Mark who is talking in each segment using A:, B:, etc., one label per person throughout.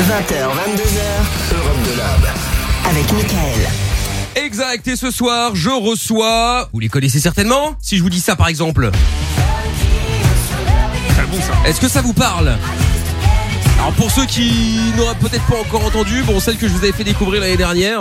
A: 20h, 22h, Europe de l'Ab. Avec Michael.
B: Exact, et ce soir, je reçois... Vous les connaissez certainement Si je vous dis ça, par exemple. Est-ce que ça vous parle Alors, pour ceux qui n'auraient peut-être pas encore entendu, bon, celle que je vous avais fait découvrir l'année dernière...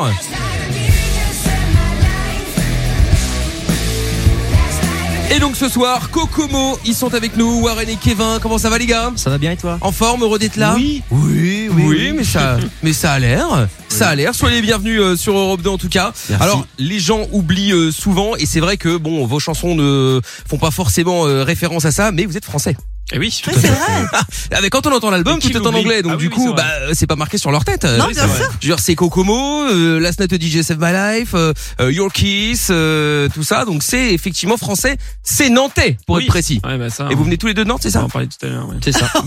B: Et donc ce soir, Kokomo, ils sont avec nous, Warren et Kevin, comment ça va les gars
C: Ça va bien et toi
B: En forme, heureux d'être là
C: Oui.
B: oui, oui, mais ça, mais ça a l'air, ça a l'air. Soyez les bienvenus euh, sur Europe 2 en tout cas. Alors les gens oublient euh, souvent et c'est vrai que bon, vos chansons ne font pas forcément euh, référence à ça, mais vous êtes français.
D: Eh oui.
E: Oui, c'est vrai.
B: Ah, mais quand on entend l'album,
D: Mais qui
B: tout est en
D: l'oublie
B: anglais, donc
D: Ah
B: du
D: oui, oui,
B: coup,
D: c'est vrai.
B: bah euh, c'est pas marqué sur leur tête. Euh,
E: Non,
D: oui,
E: bien
D: c'est vrai.
E: sûr.
B: je veux dire, c'est Kokomo, euh, Last Night DJ Save My Life, euh, euh, Your Kiss, euh, tout ça. Donc c'est effectivement français, c'est nantais pour
D: Oui.
B: être précis.
D: Ouais, bah ça.
B: Et vous venez tous les deux de Nantes, c'est
D: on
B: ça
D: en parlait tout à l'heure. Ouais.
C: C'est ça.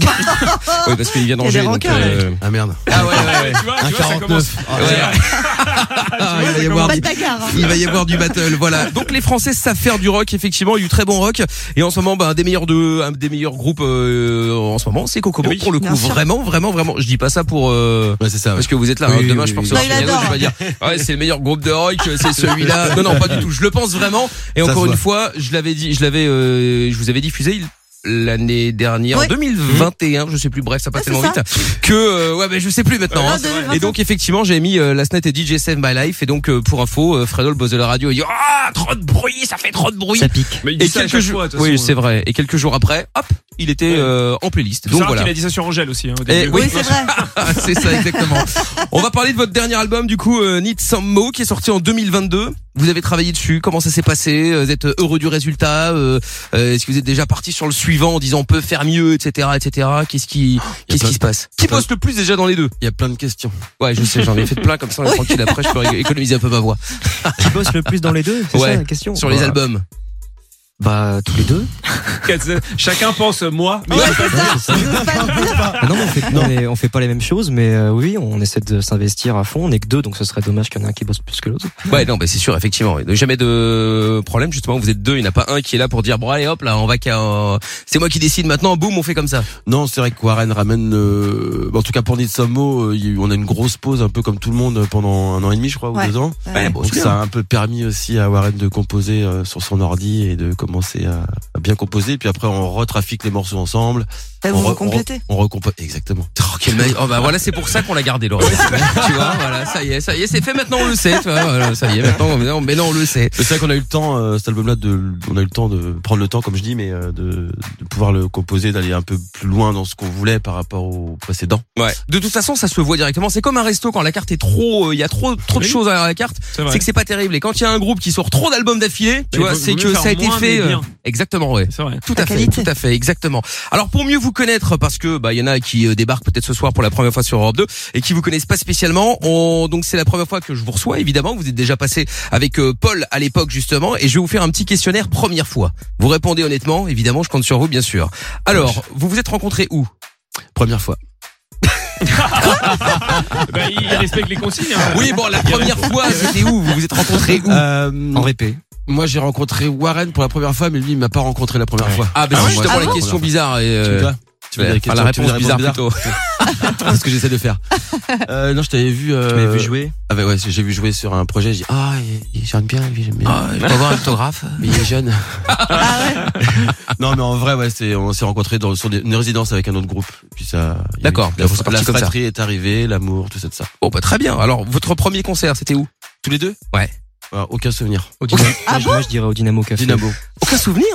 B: Oui, parce qu'il vient
E: Il y a
B: d'Angers.
E: des
B: donc,
E: rancards, là.
B: euh,
C: Ah merde.
B: Ah ouais, ouais, ouais.
D: tu vois, tu vois, ça
C: 1,49.
D: commence.
C: Ah,
B: Ouais.
C: merde.
B: Ah, il va y avoir
E: Pas
B: du-
E: de bagarre. hein.
B: il va y avoir du battle, voilà. Donc les Français savent faire du rock, effectivement, il y a eu très bon rock. Et en ce moment, bah, un des meilleurs de, un des meilleurs groupes euh, en ce moment, c'est Kokomo
D: Oui.
B: pour le coup.
E: Bien sûr.
B: Vraiment, vraiment, vraiment. Je dis pas ça pour euh,
C: Ouais, c'est ça. ouais.
B: parce que vous êtes là.
C: Oui,
B: hein. Demain,
C: oui,
B: je pense
C: oui.
B: que
E: Non, il adore.
B: je vais dire. Ouais, c'est le meilleur groupe de rock, c'est celui-là. Non, non, pas du tout. Je le pense vraiment. Et
C: Ça
B: encore
C: se
B: une
C: voit.
B: fois, je l'avais dit, je l'avais, euh, je vous avais diffusé. il- L'année dernière, en
E: Ouais.
B: 2021, je sais plus, bref, ça passe
E: Ah, c'est
B: tellement
E: ça.
B: vite que euh, ouais, mais je sais plus maintenant. hein.
E: Ah, 2025.
B: Et donc effectivement j'ai mis euh, Last Night et DJ Save My Life et donc euh, pour info euh, Fredo le boss de la radio il dit ah trop de bruit ça fait trop de bruit
C: Ça pique.
D: Mais il dit
B: et
D: ça à
B: quelques
D: chaque
B: jours
D: fois, de toute
B: oui
D: façon. hein.
B: c'est vrai et quelques jours après hop il était
D: Ouais.
B: euh, en playlist
D: Faut
B: donc
D: savoir
B: voilà
D: qu'il a dit ça sur Angèle aussi. Hein, au
B: Eh,
D: début.
B: oui.
E: Oui, c'est vrai.
B: Ah, c'est ça exactement on va parler de votre dernier album du coup euh, Need Some Mo qui est sorti en 2022 vous avez travaillé dessus comment ça s'est passé Euh, vous êtes heureux du résultat euh, euh, est-ce que vous êtes déjà parti sur le suivant en disant on peut faire mieux etc etc qu'est-ce qui qu'est-ce
C: plein-
B: qui se passe qui
C: plein-
B: bosse le plus déjà dans les deux
C: Il y a plein de questions.
B: Ouais, je sais, j'en ai fait plein comme ça, tranquille. Après, je peux ré- économiser un peu ma voix
C: Qui bosse le plus dans les deux
B: C'est Ouais. ça la
C: question.
B: sur les albums.
C: Bah tous les deux.
D: Quatre- Chacun pense euh, moi. Mais
E: C'est ça. Je veux pas le dire.
C: Ah non, on fait, non, mais on fait pas les mêmes choses, mais euh, oui, on essaie de s'investir à fond. On est que deux, donc ce serait dommage qu'il y en ait un qui bosse plus que l'autre.
B: Ouais, non, bah c'est sûr, effectivement. Donc, Jamais de problème, justement. Vous êtes deux, il n'y en a pas un qui est là pour dire, bon, allez, hop, là, on va qu'à. euh, C'est moi qui décide maintenant, boum, on fait comme ça.
F: Non, c'est vrai que Warren ramène. euh, En tout cas, pour Nitsomo, euh, il y a eu- on a une grosse pause, un peu comme tout le monde, euh, pendant un an et demi, je crois,
E: Ouais.
F: ou deux ans.
E: Ouais.
B: bon,
F: Donc,
B: c'est
F: ça a un peu permis aussi à Warren de composer euh, sur son ordi et de commencer à, à bien composer. Puis après, on retrafique les morceaux ensemble.
E: Eh,
F: on
E: Vous vous
F: re-
E: complétez.
F: On recompose. Exactement.
B: Oh, quel ma- oh, bah voilà, c'est pour ça qu'on l'a gardé, Laurent. tu vois, voilà, ça y est, ça y est, c'est fait maintenant, on le sait, tu vois, voilà, ça y est, maintenant, mais non, mais non, on le sait.
F: C'est vrai qu'on a eu le temps, euh, cet album-là, de, on a eu le temps de prendre le temps, comme je dis, mais euh, de, de pouvoir le composer, d'aller un peu plus loin dans ce qu'on voulait par rapport au précédent.
B: Ouais. De toute façon, ça se voit directement. C'est comme un resto quand la carte est trop, euh, il y a trop, trop de
D: Oui.
B: choses à la carte.
D: C'est vrai.
B: C'est que c'est pas terrible. Et quand il y a un groupe qui sort trop d'albums d'affilée, tu
D: Mais
B: vois,
D: vaut-
B: c'est
D: vaut
B: que
D: mieux
B: ça a
D: faire
B: été
D: moins,
B: fait.
D: mais
B: euh,
D: bien.
B: Exactement, ouais.
D: C'est vrai.
B: Tout
E: La
B: à fait,
E: qualité.
B: tout à fait, exactement. Alors pour mieux vous connaître, parce que bah il y en a qui euh, débarquent peut-être ce soir pour la première fois sur Europe 2 et qui vous connaissent pas spécialement. On, donc c'est la première fois que je vous reçois. Évidemment, vous êtes déjà passé avec euh, Paul à l'époque justement, et je vais vous faire un petit questionnaire première fois. Vous répondez honnêtement, évidemment, je compte sur vous bien sûr. Alors vous vous êtes rencontrés où
F: Première fois.
D: Bah, il il respecte les consignes. hein.
B: Oui, bon la première fois Ah, c'était où Vous vous êtes rencontrés où
F: Euh,
B: Mm.
C: En répé.
F: Moi, j'ai rencontré Warren pour la première fois, mais lui, il m'a pas rencontré la première
C: Ouais.
F: fois.
B: Ah bah c'est
F: ouais
B: justement
F: Ah
B: la
F: bon
B: question bizarre. Et,
F: Tu me
B: euh,
F: dois Tu me dois des
B: enfin, la
F: questions, tu me
B: réponse
F: dois des
B: bizarre,
F: réponses
B: plutôt.
F: bizarres. C'est ce que j'essaie de faire. Euh, non, je t'avais vu. Euh...
C: Tu m'avais vu jouer.
F: Ah bah ouais, j'ai vu jouer sur un projet. J'ai dit ah, il, il chante bien, lui, j'aime bien.
B: Ah, je peux avoir un autographe
F: Mais il est jeune.
E: Ah ouais.
F: non, mais en vrai, ouais, c'est on s'est rencontrés dans sur des- une résidence avec un autre groupe. Puis ça. il y a eu-
B: D'accord,
F: La,
B: donc c'est parti
F: la
B: comme ça.
F: fratrie est arrivée, l'amour, tout ça, de ça.
B: Bon bah très bien. Alors votre premier concert c'était où
F: Tous les deux.
B: Ouais.
F: Voilà, aucun souvenir.
B: Au
E: Ah
C: moi, je- moi, je dirais au Dynamo Café.
F: Dynamo.
B: Aucun souvenir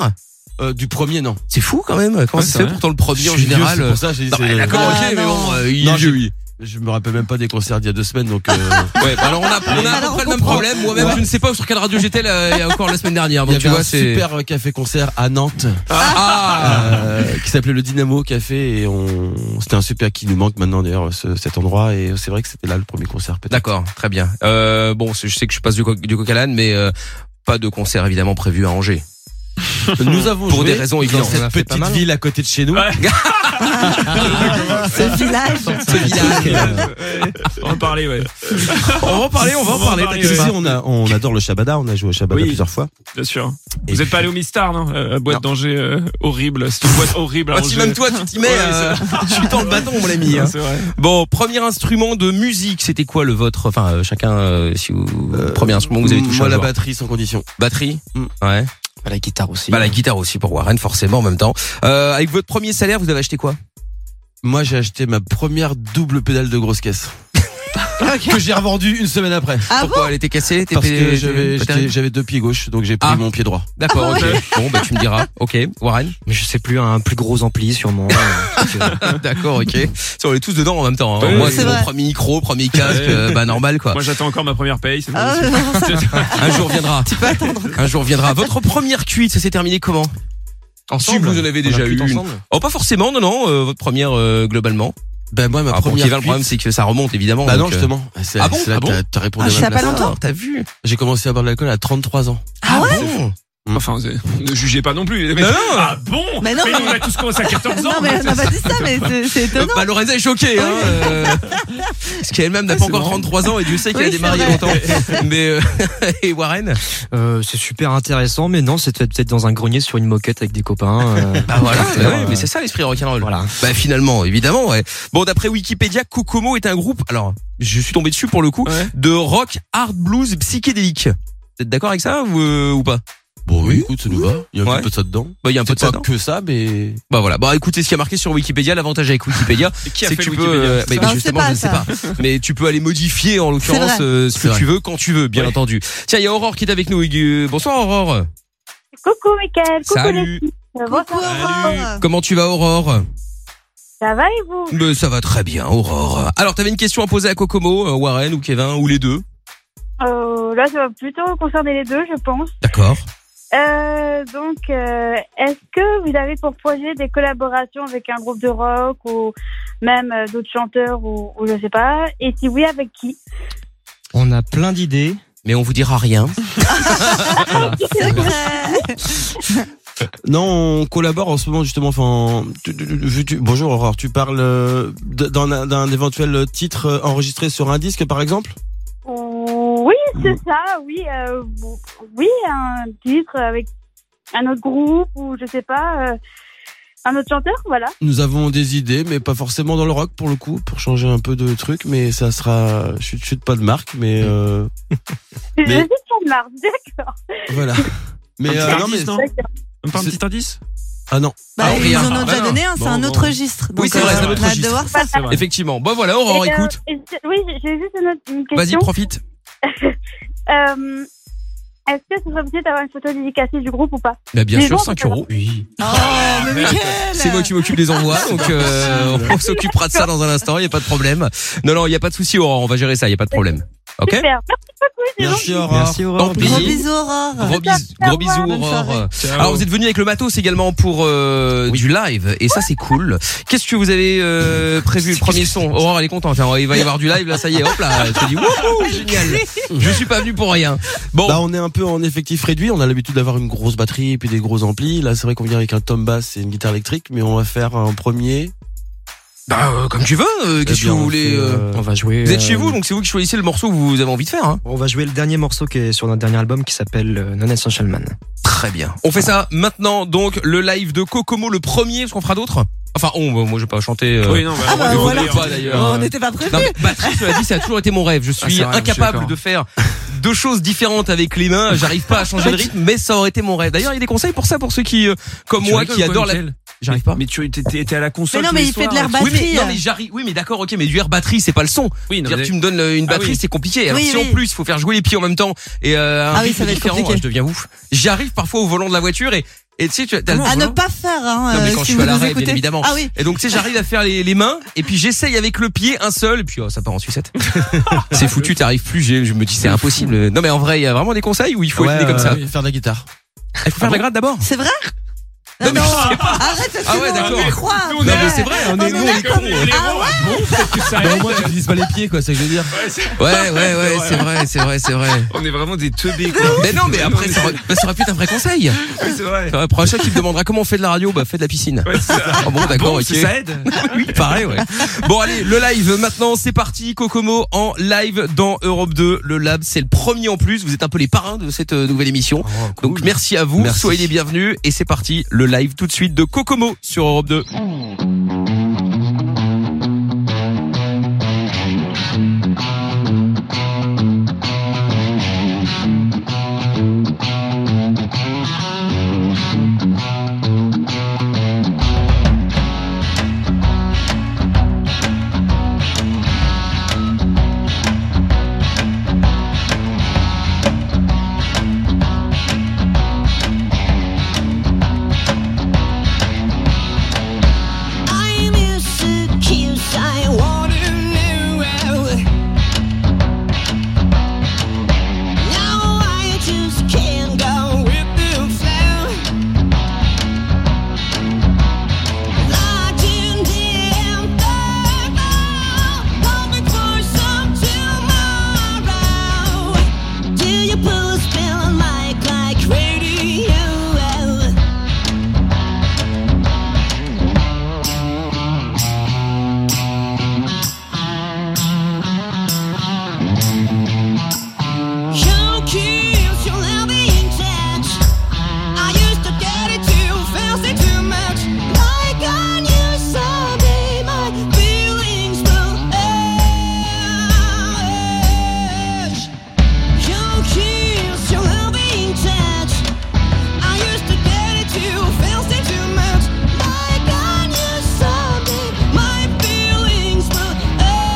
F: Euh, du premier, non.
B: C'est fou quand même. Comment ça
D: Ouais,
B: se
D: c'est
B: fait
D: vrai.
B: pourtant le premier
F: Je
B: en
F: suis vieux,
B: général
F: c'est
B: euh,
F: pour ça, j'ai-
B: Non,
F: c'est-
B: d'accord,
E: Ah,
B: ok, mais
E: non.
B: bon, euh, il
F: Non,
B: est vieux, oui.
F: Je me rappelle même pas des concerts d'il y a deux semaines, donc. euh,
B: Ouais, bah alors on a, on a à peu
E: Alors,
B: près
E: on
B: le même
E: comprend.
B: problème. Moi-même, je ne sais pas sur quelle radio j'étais là, il y a encore la semaine dernière.
F: Il y
B: Donc
F: avait
B: tu vois,
F: un
B: c'est
F: super café-concert à Nantes.
B: Ah,
F: euh, qui s'appelait le Dynamo Café et on c'était un super qui nous manque maintenant d'ailleurs ce- cet endroit et c'est vrai que c'était là le premier concert peut-être.
B: D'accord, très bien. Euh, bon, c'est- je sais que je passe du, co- du coq à l'âne, mais euh, pas de concert évidemment prévu à Angers.
F: Nous avons
B: Pour des
F: joué
B: raisons
F: dans
B: évidentes.
C: On en a
F: cette
C: fait pas
F: petite
C: mal.
B: Ah,
F: ville à côté de chez nous.
D: Ouais.
E: Ce village.
B: Ce village.
D: On va en parler, ouais.
B: On va en parler, on va en parler.
F: Tu
B: t'inquiète
F: sais,
B: pas.
F: on, a, on adore le Shabada, on a joué au Shabada
D: Oui.
F: plusieurs fois.
D: Bien sûr.
F: Et
D: Vous
F: puis-
D: êtes pas allé au Mistar, non Euh, Boîte
F: Non.
D: d'Angers euh, horrible. C'est une boîte horrible. à
B: Ah, si
D: Angers.
B: même toi tu t'y mets,
D: Ouais,
B: euh, je suis dans le bâton mon ami.
D: Ouais,
B: hein.
D: C'est vrai.
B: Bon, premier instrument de musique, c'était quoi le vôtre Enfin, euh, chacun, euh, si vous premier instrument que vous avez touché.
F: Moi,
B: un
F: la
B: jour.
F: batterie sans condition.
B: batterie.
F: Mm.
B: Ouais.
C: Bah, la guitare aussi.
B: Hmm. Bah la guitare aussi pour Warren forcément en même temps. Euh, avec votre premier salaire, vous avez acheté quoi
F: Moi, j'ai acheté ma première double pédale de grosse caisse. que j'ai revendue une semaine après.
E: Ah
B: Pourquoi elle était cassée T'es
F: Parce
B: payé-
F: que
B: t'es-
F: j'avais-
B: pas
F: j'étais-
B: terrible
F: j'avais deux pieds gauches, donc j'ai pris
B: Ah.
F: mon pied droit.
B: D'accord, ok. Bon, bah tu me diras. Ok, Warren.
C: Mais je sais plus, un plus gros ampli sûrement. euh, que-
B: D'accord, ok. Ça, on est tous dedans en même temps. hein.
D: Oui,
B: Moi,
D: oui,
B: c'est
E: c'est
B: mon
E: vrai.
B: premier micro, premier casque,
D: Ouais.
B: euh, bah normal quoi.
D: Moi, j'attends encore ma première paye. c'est
E: Ah,
D: bon.
E: non, ça-
B: Un jour viendra. Un jour viendra. Votre première cuite, ça s'est terminé comment
C: Ensemble,
B: Si vous en avez
C: on a
B: déjà
C: plus
B: eu une.
C: ensemble.
B: Oh, pas forcément, non, non. euh, votre première euh, globalement.
F: Ben moi, ma
B: Ah, pour
F: première.
B: Kevin, le problème,
F: cuite-
B: c'est que ça remonte évidemment.
F: Bah non,
B: donc, euh,
F: justement. C'est
B: Ah bon
F: c'est là
B: Ah
F: que
B: bon
F: t'as- t'as répondu
E: Ah,
F: à
E: je suis
F: ma
E: à pas
F: place.
E: longtemps.
B: T'as vu
F: J'ai commencé à boire de l'alcool à 33 ans.
E: Ah ouais
B: bon
D: Enfin, vous avez- ne jugez pas non plus. Mais-
B: Non, non.
D: Ah bon
E: Mais non, mais-
D: on a tous commencé à 14 ans.
E: Non, mais on n'a pas dit ça, mais c'est- c'est
B: Euh,
E: étonnant.
B: bah, Lorenza est
F: Ah
B: choquée, hein, euh, parce qu'elle-même n'a pas
D: c'est
B: encore
D: marrant.
B: 33 ans et Dieu sait qu'elle
E: Oui,
B: a démarré il y a
E: c'est
B: longtemps. Mais euh, et Warren,
C: Euh, c'est super intéressant, mais non, c'était peut-être dans un grenier sur une moquette avec des copains. euh,
B: bah voilà,
F: Ah,
C: euh,
B: ouais, mais c'est ça l'esprit rock'n'roll.
C: voilà.
B: Bah finalement, évidemment, ouais. Bon, d'après Wikipédia, Kokomo est un groupe. Alors, je suis tombé dessus pour le coup
D: Ouais.
B: de rock, hard blues, psychédélique. Vous êtes d'accord avec ça ou, euh, ou pas
F: Bon,
B: Oui.
F: oui, écoute, ça nous va. Il y a un
B: Ouais.
F: petit peu de ça dedans.
B: Bah il y a un peu de
F: C'est
B: ça.
F: pas
B: dedans.
F: que ça, mais.
B: Bah voilà. Bah écoutez ce qui a marqué sur Wikipédia. L'avantage avec Wikipédia,
D: Qui a
B: c'est
D: fait
B: que tu
D: le
B: peux.
D: Wikipédia
B: euh, bah,
D: C'est
B: bah,
E: ça
B: justement,
E: On
B: je
E: sait
B: ne sais
E: pas,
B: pas. Mais tu peux aller modifier en l'occurrence
E: vrai.
B: euh, ce
F: C'est
B: que
F: vrai.
B: tu veux quand tu veux, bien
D: Ouais.
B: entendu. Tiens, il y a Aurore qui est avec nous. Euh, Bonsoir Aurore.
G: Coucou Mickaël, coucou les
B: Salut.
G: filles.
E: Coucou,
G: Bonsoir.
E: Aurore.
B: Comment tu vas Aurore
G: Ça va et vous
B: Mais ça va très bien Aurore. Alors t'avais une question à poser à Kokomo, euh, Warren ou Kevin ou les deux
G: Euh, Là, ça va plutôt concerner les deux, je pense.
B: D'accord.
G: Euh, donc, euh, est-ce que vous avez pour projet des collaborations avec un groupe de rock ou même euh, d'autres chanteurs ou, ou je sais pas Et si oui, avec qui
C: On a plein d'idées.
B: Mais on vous dira rien.
E: C'est vrai.
F: Non, on collabore en ce moment justement. Enfin, tu- tu- tu- tu- bonjour Aurore, tu parles euh, d- d'un d'un éventuel titre euh, enregistré sur un disque, par exemple
G: Oui,
B: Mmh.
G: c'est ça. Oui, euh, oui, un titre avec un autre groupe ou je sais pas, euh, un autre chanteur, voilà.
F: Nous avons des idées, mais pas forcément dans le rock pour le coup, pour changer un peu de truc. Mais ça sera, je suis- je suis pas de marque, mais euh,
G: Je
F: Mais-
G: suis pas de marre, d'accord.
F: voilà.
D: Un
F: Mais
D: petit
F: euh, non, mais
D: indice, non
G: D'accord.
D: Même pas un
F: C'est-
D: petit indice
F: ah non,
B: Ah,
E: Bah, ils
B: rien.
E: en ont
D: Ah,
E: déjà
D: non.
E: donné un, c'est
D: Bon,
E: un
D: bon.
E: autre registre.
B: Oui,
E: Donc,
B: c'est vrai,
E: euh,
B: c'est un autre
E: on a hâte de
B: registre.
E: voir ça.
D: C'est vrai.
B: Effectivement. Bon voilà Aurore,
G: Et, euh,
B: Oh, écoute.
G: et je- oui, j'ai juste une, autre- une
B: Vas-y,
G: question.
B: profite.
G: Euh, Est-ce que ce serait possible d'avoir une photo dédicacée du groupe ou pas
B: Bah, bien
G: Mais
B: sûr,
G: bon,
B: 5 euros. Oui.
E: Oh, mais
D: Merde.
E: Mickaël
B: C'est moi qui m'occupe des envois, donc euh, on s'occupera de ça dans un instant, il n'y a pas de problème. Non, non, il n'y a pas de souci, Aurore, on va gérer ça, il n'y a pas de problème. Ok
G: Super. Merci beaucoup. c'est
F: merci
G: gentil.
F: Aurore.
C: Aurore.
B: Tant
C: Eh
B: pis.
E: Gros bisous, Aurore.
B: Gros, bis- gros bisous,
E: Bonne
B: Aurore.
F: Ah
D: Ciao.
B: Alors, vous êtes venu avec le matos également pour euh, du live, et ça, c'est cool. Qu'est-ce que vous avez euh, prévu Le premier son, Aurore, elle est contente, Enfin, il va y avoir du live, là, ça y est, hop là, elle se dit, wouhou, génial. Je suis pas venu pour rien. Bon,
F: Bah, on est un peu en effectif réduit. On a l'habitude d'avoir une grosse batterie et puis des gros amplis. Là, c'est vrai qu'on vient avec un tom bass et une guitare électrique, mais on va faire un premier.
B: bah, euh, comme tu veux, euh, qu'est-ce
F: Eh
B: que
F: bien,
B: vous
F: on
B: voulez
F: fait,
B: euh,
F: euh,
C: On va jouer.
B: Vous êtes
C: euh,
B: chez vous, donc c'est vous qui choisissez le morceau que vous avez envie de faire. Hein.
C: On va jouer le dernier morceau qui est sur notre dernier album qui s'appelle euh, Non Essential Man.
B: Très bien. On fait ça maintenant, donc, le live de Kokomo, le premier, parce qu'on fera d'autres Enfin, on, euh, moi, je vais pas chanter. euh, Ah,
D: Oui, non, bah,
E: Ah, bah,
D: on- on-
E: voilà.
D: on-
B: pas, d'ailleurs.
E: Oh, On n'était pas prévus.
B: Non, mais batterie, cela dit, ça a toujours été mon rêve. Je suis
D: Ah, c'est vrai,
B: incapable
D: je
B: de faire deux choses différentes avec les mains. J'arrive pas à changer le rythme, mais ça aurait été mon rêve. D'ailleurs, il y a des conseils pour ça, pour ceux qui, euh, comme
D: Tu
B: moi,
D: rigoles
B: qui
D: ou quoi,
B: adorent la...
D: Mickaël
B: J'arrive pas.
D: Mais tu étais à la console.
E: Mais non,
D: tous
E: mais
D: les
E: il fait
D: soirs,
E: de l'air
B: Oui
D: tu-
B: mais,
E: batterie,
B: non,
E: euh.
B: mais j'arrive. Oui mais d'accord ok mais du air batterie c'est pas le son.
D: Oui, non,
B: Dire,
D: mais-
B: tu me donnes euh, une
D: Ah
B: batterie
D: oui.
B: c'est compliqué. Alors
E: Oui,
B: si
E: oui.
B: en plus faut faire jouer les pieds en même temps et euh, un
E: Ah oui,
B: rythme
E: ça va être
B: différent,
E: compliqué.
B: je deviens ouf. J'arrive parfois au volant de la voiture et et tu sais tu as
E: À ne pas faire, hein.
B: Non, mais
E: euh,
B: quand je
E: si
B: suis
E: vous
B: à l'arrêt,
E: nous
B: bien
E: écoutez.
B: évidemment.
E: Ah oui.
B: Et donc, tu sais, j'arrive à faire les, les mains, et puis j'essaye avec le pied un seul, et puis oh, ça part en sucette. c'est foutu, t'arrives plus, j'ai- je me dis c'est impossible. Non, mais en vrai, il y a vraiment des conseils où il faut
F: Ouais,
B: être né comme
F: euh,
B: ça.
F: Faire de la guitare.
B: Il faut faire la grade d'abord.
E: C'est vrai
B: Non, mais je sais pas.
E: Arrête, parce que
B: Ah ouais,
E: nous, on
B: d'accord.
E: y croit.
D: Nous, Ah, on
B: Non, mais
D: est-
B: c'est vrai, on
E: On
B: est
E: est
B: nous, on est
E: d'accord.
B: cons. ouais.
E: Ah ouais
D: Bon, peut-être que ça
F: Bah, au
D: aide.
F: moins, tu utilises pas les pieds, quoi, c'est ce que je veux dire.
D: Ouais, c'est- Oh,
B: Ouais, ouais, ouais, c'est vrai, c'est vrai, c'est vrai.
D: On est vraiment des teubés, quoi.
B: Mais non, mais après, ça aurait, bah, ça aurait pu être un vrai conseil.
D: Oui, c'est vrai.
B: Pour prochain qui te demandera comment on fait de la radio, bah fais de la piscine.
D: Ouais, c'est ça.
B: Oh bon, d'accord,
D: Bon,
B: ok.
D: ça aide.
B: Oui, pareil, ouais. Bon, allez, le live maintenant, c'est parti. Kokomo en live dans Europe 2. Le Lab, c'est le premier en plus. Vous êtes un peu les parrains de cette euh, nouvelle émission. Donc, merci à vous.
F: Merci.
B: Soyez les bienvenus. Et c'est parti, le live tout de suite de Kokomo sur Europe 2.
H: I'm used to kiss, I wanna know. Now I just can't go with the flow. Locked in hoping for some tomorrow. Do you pull spell like like radio? Your kiss, your loving touch. I used to get it too fast and too much. Like I knew someday my feelings will age. Your kiss, your loving touch. I used to get it too fast and too much. Like I knew someday my feelings oh, will age.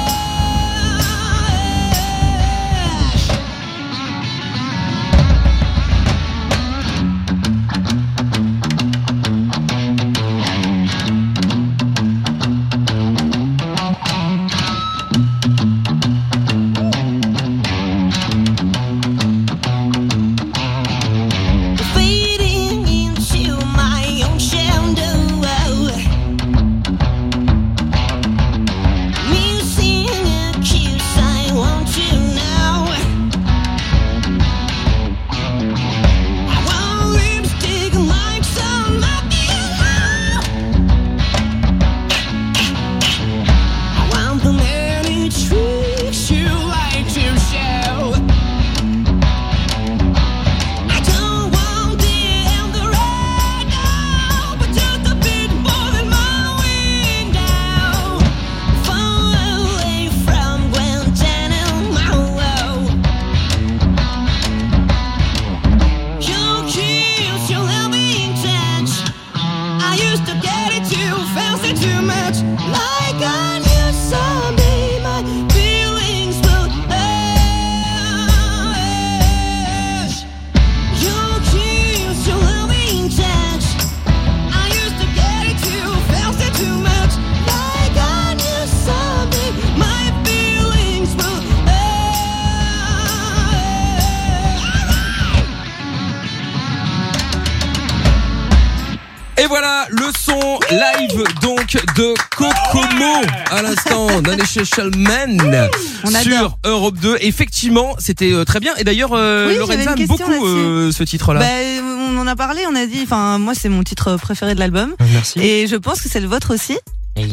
H: Fading into my own shadow, missing a kiss I want to know. I want lipstick like some I want the many tricks you like to show. I don't want the end right now, but just a bit more than my window. Far away from Guantanamo. Your kiss, your loving touch. I used to get it too fast and too much. Like I knew someday my feelings will age. Your kiss, your loving touch. I used to get it too fast and too much. Like I knew someday my feelings will age.
B: Et voilà le son live donc de Kokomo à l'instant d'un Man
E: On
B: sur
E: adore.
B: Europe 2. Effectivement, c'était euh, très bien. Et d'ailleurs, euh,
E: Oui, j'avais
B: Lorenza
E: une
B: aime
E: question
B: beaucoup euh, ce titre-là.
E: Ben, on en a parlé, on a dit. Enfin, moi, c'est mon titre préféré de l'album.
C: Merci.
E: Et je pense que c'est le vôtre aussi.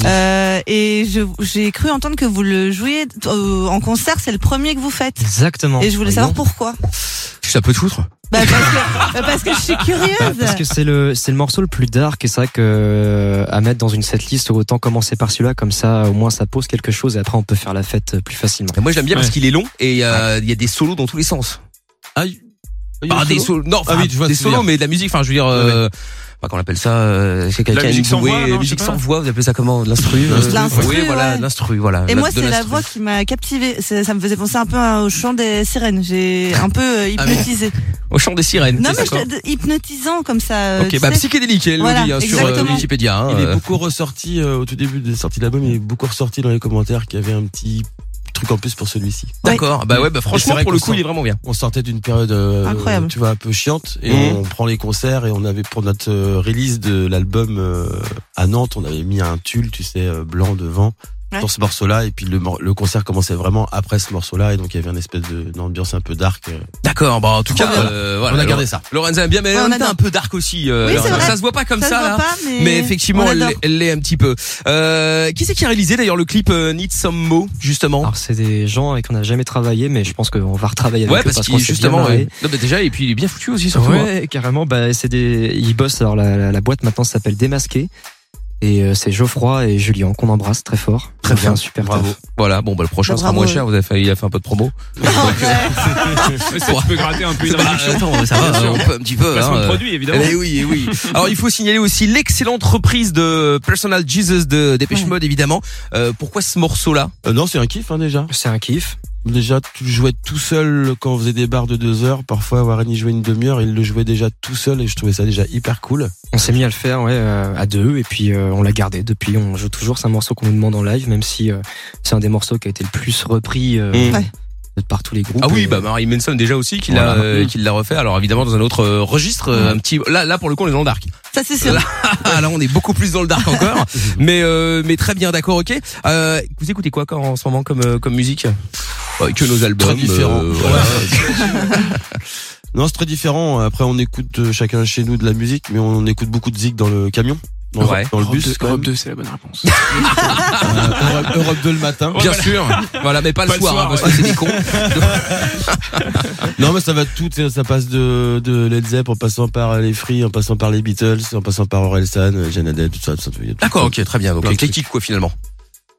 E: Euh, et je- j'ai cru entendre que vous le jouiez euh, en concert, c'est le premier que vous faites.
C: Exactement.
E: Et je
B: bah
E: voulais savoir
C: Voyons.
E: pourquoi.
B: ça peut te foutre.
E: Bah, parce, que, bah, parce que je suis curieuse.
C: Bah, parce que c'est le c'est le morceau le plus dark et c'est vrai que euh, à mettre dans une setlist autant commencer par celui-là comme ça au moins ça pose quelque chose et après on peut faire la fête euh, plus facilement.
B: Moi, j'aime bien parce
D: Ouais.
B: qu'il est long et il y a- il y a des solos dans tous les sens. Ah, des solos. Non, enfin,
F: Ah oui, je vois
B: des
F: ce que tu veux
B: solos, mais de la musique. Enfin, je veux dire, euh, bah, qu'on appelle ça, euh, c'est quelqu'un
D: La
B: une
D: musique sans
B: douée,
D: voix, non, je
B: musique
D: sais
B: sans
D: pas.
B: voix. Vous appelez ça comment de L'instru. euh,
E: De l'instru,
B: Oui, voilà,
E: ouais.
B: de l'instru, voilà.
E: Et
B: La-
E: moi,
B: de
E: c'est la
B: l'instru.
E: voix qui m'a captivée. Ça, ça me faisait penser un peu à- au chant des sirènes. J'ai un peu euh,
B: Ah, mais-
E: hypnotisé.
B: Au chant des sirènes.
E: non,
B: t'es
E: mais je,
B: d'accord
E: te- hypnotisant comme ça. euh, tu
B: Ok, bah
E: sais.
B: psychédélique, elle
E: Voilà,
B: le dit hein, sur euh,
E: exactement.
B: Wikipédia. hein,
F: Il est
B: euh.
F: beaucoup ressorti euh, au tout début des sorties de l'album, il est beaucoup ressorti dans les commentaires qu'il y avait un petit trucs en plus pour celui-ci.
B: D'accord. Bah ouais, bah
F: Et c'est
B: franchement,
F: vrai
B: pour le
F: qu'on
B: coup, il est
F: sort-
B: vraiment bien.
F: On sortait d'une période, euh,
E: Incroyable.
F: tu vois, un peu chiante, et
B: Mhm.
F: on prend les concerts, et on avait pour notre euh, release de l'album euh, à Nantes, on avait mis un tulle, tu sais, euh, blanc devant
E: Ouais.
F: sur ce morceau-là, et puis le, mor- le concert commençait vraiment après ce morceau-là, et donc il y avait une espèce de- d'ambiance un peu dark. euh.
B: D'accord. Bah en tout cas,
F: Trop bien.
B: euh, voilà.
F: on a gardé ça.
B: Lorenza aime bien, mais
E: Ouais, on
B: on est
E: adore.
B: un peu dark aussi. euh,
E: Oui, c'est
B: Lorenza.
E: vrai.
B: ça se voit pas comme ça,
E: ça, se
B: là.
E: voit pas, mais,
B: Mais effectivement,
E: on
B: elle
E: adore.
B: l'est- elle l'est un petit peu. Euh, qui c'est qui a réalisé d'ailleurs le clip euh, Need Some Mo justement
C: Alors c'est des gens avec qui on n'a jamais travaillé, mais je pense qu'on va retravailler avec
B: Ouais,
C: eux
B: parce,
C: qu'on
B: qu'il
C: s'est bien
B: justement,
C: marré.
B: euh, non, mais déjà et puis il est bien foutu aussi surtout. hein.
C: Ouais, carrément. Bah, c'est des, ils bossent. Alors la, la- la boîte maintenant s'appelle Démasqué. Et euh, c'est Geoffroy et Julien qu'on embrasse très fort.
B: Très
C: Ils ont fait
B: bien.
C: un super
B: Bravo.
C: taf.
B: Voilà, bon bah le prochain
E: Bah,
B: sera
E: bravo,
B: moins
E: ouais.
B: cher. Vous avez fait, il a fait un peu de promo.
D: Ouais, ça, tu peux gratter un peu une
B: Bah,
D: réduction.
B: attends, ça va, on peut un petit peu.
D: Placement
B: hein,
D: de
B: euh,
D: produit, évidemment.
B: Eh oui, eh oui. Alors il faut signaler aussi l'excellente reprise de Personal Jesus de Dépêche Mode évidemment. Euh, pourquoi ce morceau-là
F: Euh, non, c'est un kiff hein, déjà.
C: C'est un kiff.
F: Déjà, tu jouais tout seul quand on faisait des bars de deux heures. Parfois, Warren y jouait une demi-heure. Il le jouait déjà tout seul et je trouvais ça déjà hyper cool.
C: On s'est mis à le faire ouais, euh, à deux et puis euh, on l'a gardé depuis. On joue toujours. C'est un morceau qu'on nous demande en live, même si euh, c'est un des morceaux qui a été le plus repris euh,
F: Mm.
E: Ouais.
C: par tous les groupes.
B: Mmh. Ah oui,
C: Et-
B: bah Marie Manson déjà aussi qui l'a
C: Voilà.
B: euh, qui l'a refait. Alors évidemment dans un autre euh, registre, euh, un petit. Là, là pour le coup on est dans le dark.
E: Ça, c'est sûr.
B: Là, Ah, là on est beaucoup plus dans le dark encore. mais euh, mais très bien, d'accord, ok. Euh, vous écoutez quoi quand, en ce moment comme euh, comme musique Euh, Que nos albums.
F: Très différent.
B: euh, voilà.
F: Non, c'est très différent. Après, on écoute euh, chacun chez nous de la musique, mais on écoute beaucoup de zik dans le camion, dans,
B: Ouais.
F: dans le bus. quand même.
D: 2, c'est la bonne réponse.
F: Euh, Europe, Europe 2 le matin.
B: Bien sûr, voilà, mais pas, le
D: le
B: soir,
D: soir,
B: hein, parce que c'est des cons.
F: Non, mais ça va tout. tu sais, Ça passe de, de Led Zepp en passant par les Free, en passant par les Beatles, en passant par Orelsan, euh, Jane Adel, tout ça. Tout ça tout-
B: D'accord, ok, très bien. Donc
F: Plein de
B: éclectique quoi finalement.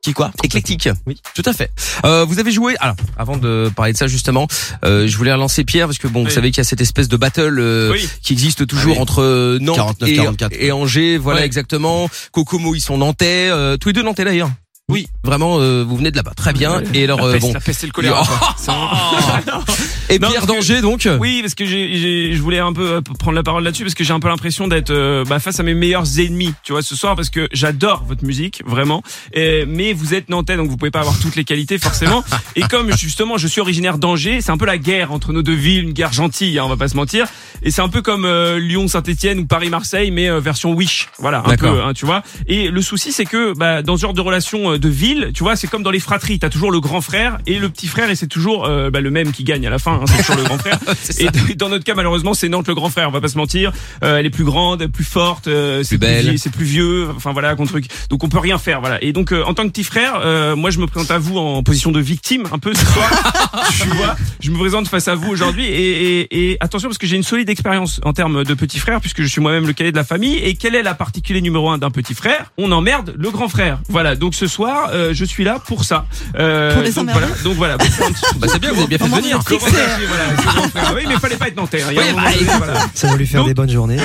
F: Qui quoi
B: Éclectique.
C: Oui.
B: tout à fait. Euh, vous avez joué. Alors, avant de parler de ça justement, euh, je voulais relancer Pierre parce que bon, vous
D: Oui.
B: savez qu'il y a cette espèce de battle euh,
D: Oui.
B: qui existe toujours
F: Ah oui.
B: entre euh, Nantes
F: 49,
B: et,
F: 44.
B: et Angers. Voilà
D: Ouais.
B: exactement. Kokomo, ils sont nantais. euh, tous les deux nantais d'ailleurs. Oui, vraiment, euh, vous venez de là-bas, très bien. Et alors,
D: La
B: euh,
D: peste,
B: bon,
D: la peste et le choléra.
B: Oh.
D: quoi. C'est vraiment-
B: et
D: Non,
B: Pierre
D: parce que-
B: Danger donc.
D: Oui, parce que j'ai, j'ai- je voulais un peu euh, prendre la parole là-dessus parce que j'ai un peu l'impression d'être euh, bah, face à mes meilleurs ennemis, tu vois, ce soir parce que j'adore votre musique vraiment, Et- mais vous êtes nantais donc vous pouvez pas avoir toutes les qualités forcément. Et comme justement je suis originaire d'Angers, c'est un peu la guerre entre nos deux villes, une guerre gentille, hein, on va pas se mentir. Et c'est un peu comme euh, Lyon Saint-Étienne ou Paris Marseille mais euh, version Wish, voilà, un
B: D'accord.
D: peu, hein, tu vois. Et le souci c'est que bah, dans ce genre de relation euh, de ville, tu vois, c'est comme dans les fratries, t'as toujours le grand frère et le petit frère et c'est toujours euh, bah, le même qui gagne à la fin, hein, c'est toujours le grand frère.
B: C'est ça.
D: Et d- dans notre cas, malheureusement, c'est Nantes le grand frère. On va pas se mentir. Euh, elle est plus grande, plus forte, euh,
B: Plus
D: c'est
B: belle.
D: vieille, c'est plus vieux. Enfin voilà, contre truc. Donc on peut rien faire. Voilà. Et donc euh, en tant que petit frère, euh, moi je me présente à vous en position de victime un peu ce soir. tu vois, je me présente face à vous aujourd'hui. Et, et- et attention parce que j'ai une solide expérience en termes de petit frère puisque je suis moi-même le cadet de la famille. Et quelle est la particulier numéro un d'un petit frère On emmerde le grand frère. Voilà. Donc ce soir, euh, je suis là pour ça. Euh,
E: Pour les
D: donc
E: emmerder.
D: voilà. Donc voilà. pour faire un petit-
B: Bah, c'est bien, vous avez bien fait de
E: Comment
B: venir.
E: vous êtes
D: Comment
E: fixé
D: lâcher, voilà, c'est bon, frère. Oui, mais fallait pas être nantais. hein. Il y a un
B: Oui,
D: moment
B: bah,
D: donné, voilà.
C: Ça va lui faire
D: Donc-
C: des bonnes journées.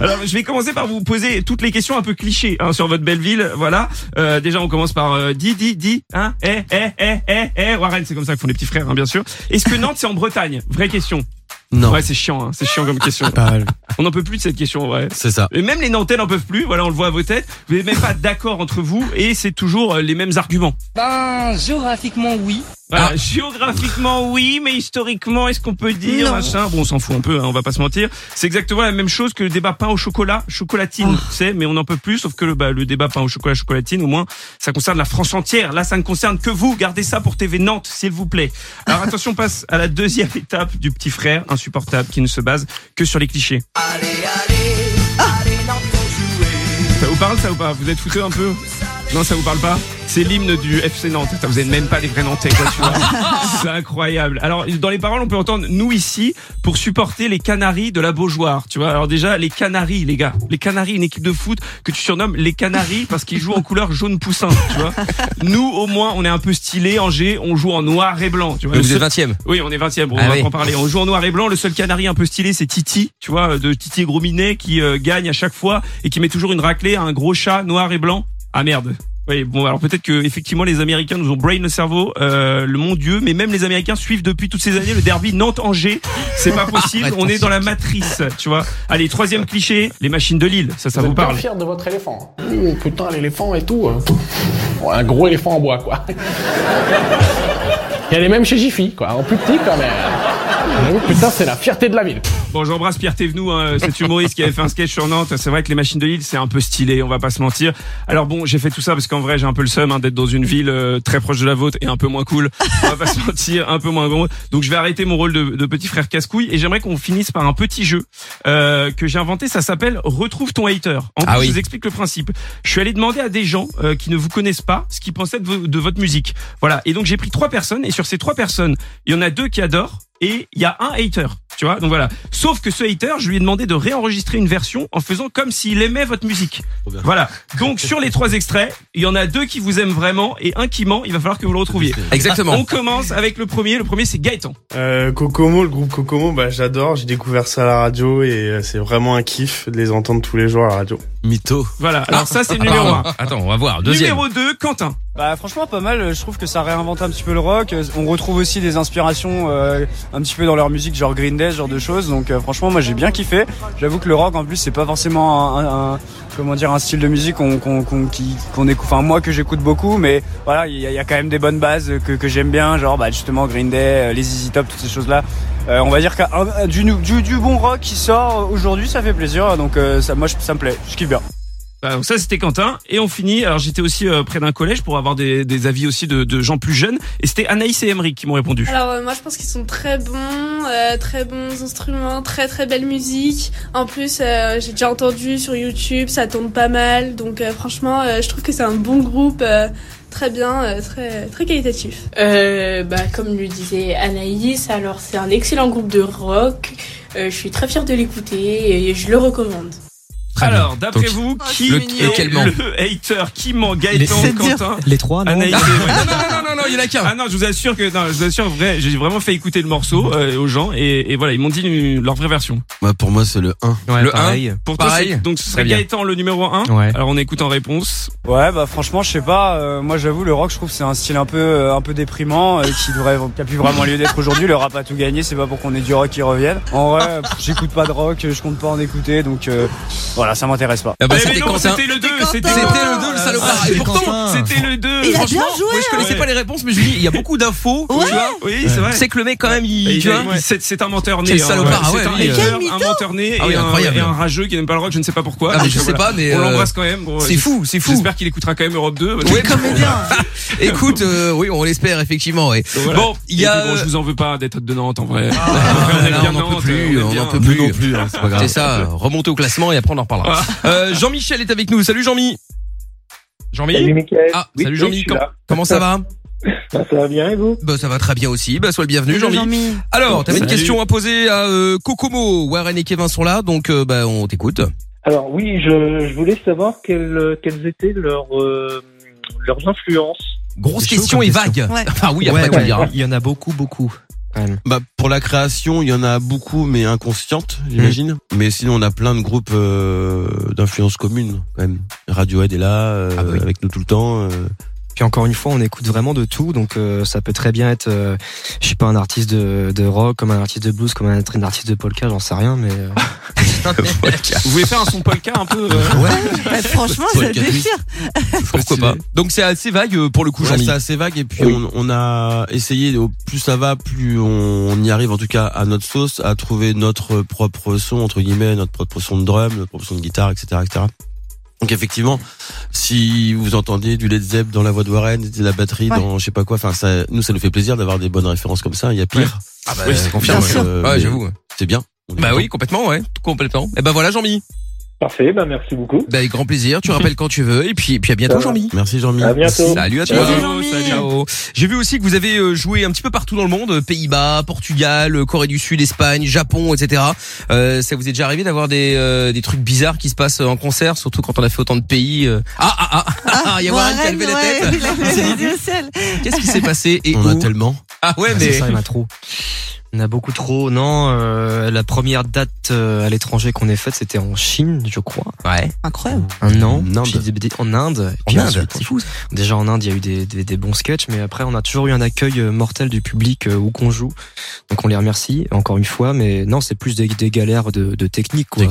D: Alors, je vais commencer par vous poser toutes les questions un peu clichés hein, sur votre belle ville. Voilà. Euh, déjà, on commence par euh, di, di, di, hein, eh, eh, eh, eh, eh. Warren, c'est comme ça qu'ils font les petits frères, hein, bien sûr. Est-ce que Nantes, c'est en Bretagne Vraie question.
F: Non.
D: Ouais, c'est chiant, hein, c'est chiant comme question.
F: Pas mal.
D: On n'en peut plus de cette question, ouais.
F: C'est ça.
D: Et même les Nantais n'en peuvent plus, voilà, on le voit à vos têtes. Vous n'êtes même pas d'accord entre vous et c'est toujours euh, les mêmes arguments.
I: Ben, géographiquement, oui.
D: Voilà, Géographiquement, oui, mais historiquement, est-ce qu'on peut dire
E: Non.
D: machin Bon, on s'en fout un peu, hein, on va pas se mentir. C'est exactement la même chose que le débat pain au chocolat, chocolatine,
I: Ah.
D: tu sais, mais on n'en peut plus, sauf que le, bah, le débat pain au chocolat, chocolatine, au moins, ça concerne la France entière. Là, ça ne concerne que vous. Gardez ça pour TV Nantes, s'il vous plaît. Alors attention, on passe à la deuxième étape du petit frère insupportable qui ne se base que sur les clichés. Ça vous parle ça ou pas Vous êtes fouteux un peu Non, ça vous parle pas C'est l'hymne du FC Nantes. Putain, Vous êtes même pas les vrais Nantais, quoi, tu vois. C'est incroyable. Alors, dans les paroles, on peut entendre nous ici pour supporter les Canaries de la Beaujoire, tu vois. Alors déjà, les Canaries, les gars. Les Canaries, une équipe de foot que tu surnommes les Canaries parce qu'ils jouent en couleur jaune poussin, tu vois. Nous, au moins, on est un peu stylé. Angers, on joue en noir et blanc, tu vois.
B: Mais
D: Le
B: vous
D: seul-
B: êtes 20
D: oui, on est 20 e on
B: Ah
D: va
B: oui.
D: en parler. On joue en noir et blanc. Le seul canari un peu stylé, c'est Titi, tu vois, de Titi euh, Gros Minet qui euh, gagne à chaque fois et qui met toujours une raclée à un gros chat noir et blanc. Ah merde. Oui, bon, alors peut-être que effectivement les Américains nous ont brain le cerveau, euh, le mon Dieu, mais même les Américains suivent depuis toutes ces années le derby Nantes-Angers. C'est pas possible, on est dans la matrice, tu vois. Allez, troisième cliché, les machines de Lille, ça, ça vous,
J: êtes bien
D: parle.
J: fier de votre éléphant. Oui, oui, Oh, putain, l'éléphant et tout. hein. Ouais, un gros éléphant en bois, quoi. Il y a les mêmes chez Jiffy, quoi. En plus petit, quoi, mais. J'avoue, Putain, c'est la fierté de la ville.
D: Bon, j'embrasse Pierre Thévenoud, hein, cet humoriste qui avait fait un sketch sur Nantes. C'est vrai que les machines de Lille, c'est un peu stylé, on va pas se mentir. Alors bon, j'ai fait tout ça parce qu'en vrai, j'ai un peu le seum hein, d'être dans une ville euh, très proche de la vôtre et un peu moins cool. On va pas se mentir, un peu moins gros. Donc je vais arrêter mon rôle de, de petit frère casse-couille et j'aimerais qu'on finisse par un petit jeu euh, que j'ai inventé. Ça s'appelle Retrouve ton hater. En
B: Ah
D: plus,
B: oui.
D: je vous explique le principe. Je suis allé demander à des gens euh, qui ne vous connaissent pas ce qu'ils pensaient de, vo- de votre musique. Voilà. Et donc j'ai pris trois personnes et sur ces trois personnes, il y en a deux qui adorent et il y a un hater. Tu vois, donc voilà. Sauf que ce hater, je lui ai demandé de réenregistrer une version en faisant comme s'il aimait votre musique. Voilà. Donc sur les trois extraits, il y en a deux qui vous aiment vraiment et un qui ment. Il va falloir que vous le retrouviez.
B: Exactement.
D: On commence avec le premier. Le premier, c'est Gaëtan.
K: Euh, Kokomo, le groupe Kokomo, bah, j'adore. J'ai découvert ça à la radio et euh, c'est vraiment un kiff de les entendre tous les jours à la radio.
F: Mytho.
D: Voilà. Alors ça, c'est le numéro un.
B: Ah, Pardon. Attends, on va voir. Deuxième.
D: Numéro 2, Quentin.
L: Bah franchement pas mal, je trouve que ça réinvente un petit peu le rock, on retrouve aussi des inspirations euh, un petit peu dans leur musique genre Green Day, ce genre de choses. Donc euh, franchement moi j'ai bien kiffé. J'avoue que le rock en plus c'est pas forcément un, un- un- comment dire un style de musique qu'on qu'on qu'on- qui- qu'on écoute enfin moi que j'écoute beaucoup mais voilà, il y, a- il y a quand même des bonnes bases que, que j'aime bien genre bah justement Green Day, euh, les Easy Top, toutes ces choses-là. Euh, on va dire qu'un du, nou- du du bon rock qui sort aujourd'hui, ça fait plaisir donc euh, ça moi je- ça me plaît, je kiffe bien.
D: Bah, donc ça c'était Quentin et on finit. Alors j'étais aussi euh, près d'un collège pour avoir des, des avis aussi de, de gens plus jeunes et c'était Anaïs et Emery qui m'ont répondu.
M: Alors euh, moi je pense qu'ils sont très bons, euh, très bons instruments, très très belle musique. En plus euh, j'ai déjà entendu sur YouTube, ça tourne pas mal. Donc euh, franchement euh, je trouve que c'est un bon groupe, euh, très bien, euh, très très qualitatif.
N: Euh, bah, comme le disait Anaïs, alors c'est un excellent groupe de rock. Euh, je suis très fière de l'écouter et je le recommande.
D: Alors d'après
B: Donc,
D: vous qui
B: le-
D: est
B: lequel ment
D: le hater qui ment Gaëtan,
B: Les-
D: Quentin,
C: Les trois, Ah, non
D: Anaïs et Emery
B: Non, non, non, non, non, il y en a qu'un.
D: Ah non, je vous assure que non, je vous assure vrai, j'ai vraiment fait écouter le morceau euh, aux gens et, et voilà ils m'ont dit une- leur vraie version.
F: Bah, pour moi, c'est le 1.
C: Ouais,
B: le Ah
C: pareil.
D: Pour toi,
B: Pareil.
D: c'est- donc ce serait
B: Très bien.
D: Gaëtan le numéro 1
C: Ouais.
D: Alors on écoute en réponse.
L: Ouais bah franchement je sais pas euh, moi j'avoue le rock je trouve que c'est un style un peu euh, un peu déprimant euh, qui devrait qui a plus vraiment lieu d'être aujourd'hui le rap a tout gagné c'est pas pour qu'on ait du rock qui revienne en vrai euh, pff, j'écoute pas de rock je compte pas en écouter donc euh, voilà ça m'intéresse pas
B: Ah bah,
D: Eh
B: c'était
D: mais non,
B: Quentin.
D: c'était le 2,
B: C'était
D: c'était
B: le 2, le salopard.
F: Ah,
B: Et
F: c'est
B: pourtant,
F: Quentin.
D: C'était le 2.
E: Il a bien
B: franchement,
E: joué,
B: moi, je connaissais
D: hein.
B: pas les réponses, mais je me dis, il y a beaucoup d'infos.
E: Ouais.
B: Tu vois,
D: Oui, c'est vrai.
B: c'est que le mec, quand même, il,
D: Et
B: tu
D: il est-
B: vois,
D: il- c'est c'est un menteur né.
B: Quel
D: hein,
B: salopard, ah
D: ouais,
B: ouais,
D: c'est un
B: lui,
D: hater,
E: euh,
D: un menteur né
B: Ah oui,
D: et, un,
B: incroyable.
D: et un rageux qui n'aime pas le rock, je ne sais pas pourquoi.
B: Ah, mais je sais pas, mais,
D: On
B: euh,
D: l'embrasse quand même. gros.
B: c'est fou, c'est fou.
D: J'espère qu'il écoutera quand même Europe 2.
B: Ouais, Écoute, euh, oui, on l'espère effectivement. ouais. Bon, il y a.
D: Bon, je vous en veux pas d'être de Nantes en vrai.
B: Ah,
D: on aime
B: là,
D: bien
B: on n'en peut
D: Nantes,
B: plus,
D: on aime
B: on n'en
D: bien.
B: peut
F: Nous
B: plus.
F: non plus, hein, c'est pas grave.
B: C'est ça, remonter au classement et après on en reparlera. Euh, Jean-Michel est avec nous. Salut Jean-Mi. Jean-Mi
O: Salut Mickaël.
B: Ah,
O: Oui,
B: salut
O: oui, je
B: Jean-Mi.
O: suis
B: Com-
O: là.
B: comment ça va
O: Bah, ça va bien et vous
B: Bah ça va très bien aussi. Bah sois le bienvenu Jean-Mi.
E: Jean-Mi.
B: Alors, t'avais une
D: Salut.
B: question à poser à euh, Kokomo. Warren et Kevin sont là, donc euh, bah on t'écoute.
O: Alors oui, je, je voulais savoir quelles, quelles étaient leurs, euh, leurs influences.
B: Grosse
C: C'est chaud
B: question
C: comme
B: et vague.
C: question.
E: Ouais.
B: Enfin oui, après
C: Ouais,
B: tu me diras.
C: Il y en a beaucoup, beaucoup. quand même.
F: Bah, pour la création, il y en a beaucoup, mais inconscientes, j'imagine. Mais sinon, on a plein de groupes euh, d'influence commune, quand même. Radiohead est là, euh,
B: Ah bah oui.
F: avec nous tout le temps. euh.
C: Puis encore une fois, on écoute vraiment de tout, donc euh, ça peut très bien être, euh, je sais pas, un artiste de, de rock, comme un artiste de blues, comme un, un artiste de polka, j'en sais rien, mais euh,
B: Ah,
D: Vous voulez faire un son polka un peu euh,
E: Ouais, bah, franchement,
B: Paul
E: ça
B: Catherine.
E: déchire.
B: Pourquoi pas Donc c'est assez vague euh, pour le coup,
F: Ouais,
B: Jean-Mi.
F: c'est assez vague et puis
O: Oui.
F: on, on a essayé au plus ça va plus on, on y arrive en tout cas à notre sauce à trouver notre propre son entre guillemets notre propre son de drum notre propre son de guitare etc etc donc effectivement si vous entendez du Led Zepp dans la voix de Warren de la batterie
E: Ouais.
F: dans je sais pas quoi enfin ça nous ça nous fait plaisir d'avoir des bonnes références comme ça il y a pire
B: Ah bah,
F: Oui, c'est confirmé.
E: Bien sûr.
F: Euh,
B: Ouais,
F: mais
B: j'avoue.
F: c'est bien On est
B: Bah
F: content.
B: oui, complètement, ouais, complètement. Et ben voilà Jean-Mi.
O: Parfait, bah merci beaucoup.
B: Bah avec grand plaisir. Tu rappelles quand tu veux et puis puis à bientôt
O: Ça va.
B: Jean-Mi.
F: merci Jean-Mi
O: À bientôt.
B: Salut à toi.
E: Salut, Jean-Mi.
B: Salut. Ciao. J'ai vu aussi que vous avez euh, joué un petit peu partout dans le monde, euh, Pays-Bas, Portugal, euh, Corée du Sud, Espagne, Japon, etc. Euh, ça vous est déjà arrivé d'avoir des, euh, des trucs bizarres qui se passent en concert, surtout quand on a fait autant de pays. euh. Ah ah ah, ah, ah, il y a Warren qui a levé la
E: ouais,
B: tête.
E: il a levé les yeux au ciel.
B: Qu'est-ce qui s'est passé et
F: on
B: où
F: a tellement
B: Ah ouais
C: c'est
B: mais
C: ça, il y en a trop. On a beaucoup trop. Non, euh, la première date euh, à l'étranger qu'on ait faite, c'était en Chine, je crois.
B: Ouais.
E: Incroyable.
C: Un an. puis des- des- En Inde.
B: En
C: puis
B: Inde,
C: ensuite,
B: c'est fou, ça.
C: Déjà en Inde, il y a eu des, des- des bons sketchs, mais après, on a toujours eu un accueil euh, mortel du public euh, où qu'on joue. Donc on les remercie encore une fois, mais non, c'est plus des, des galères de, de technique. Quoi.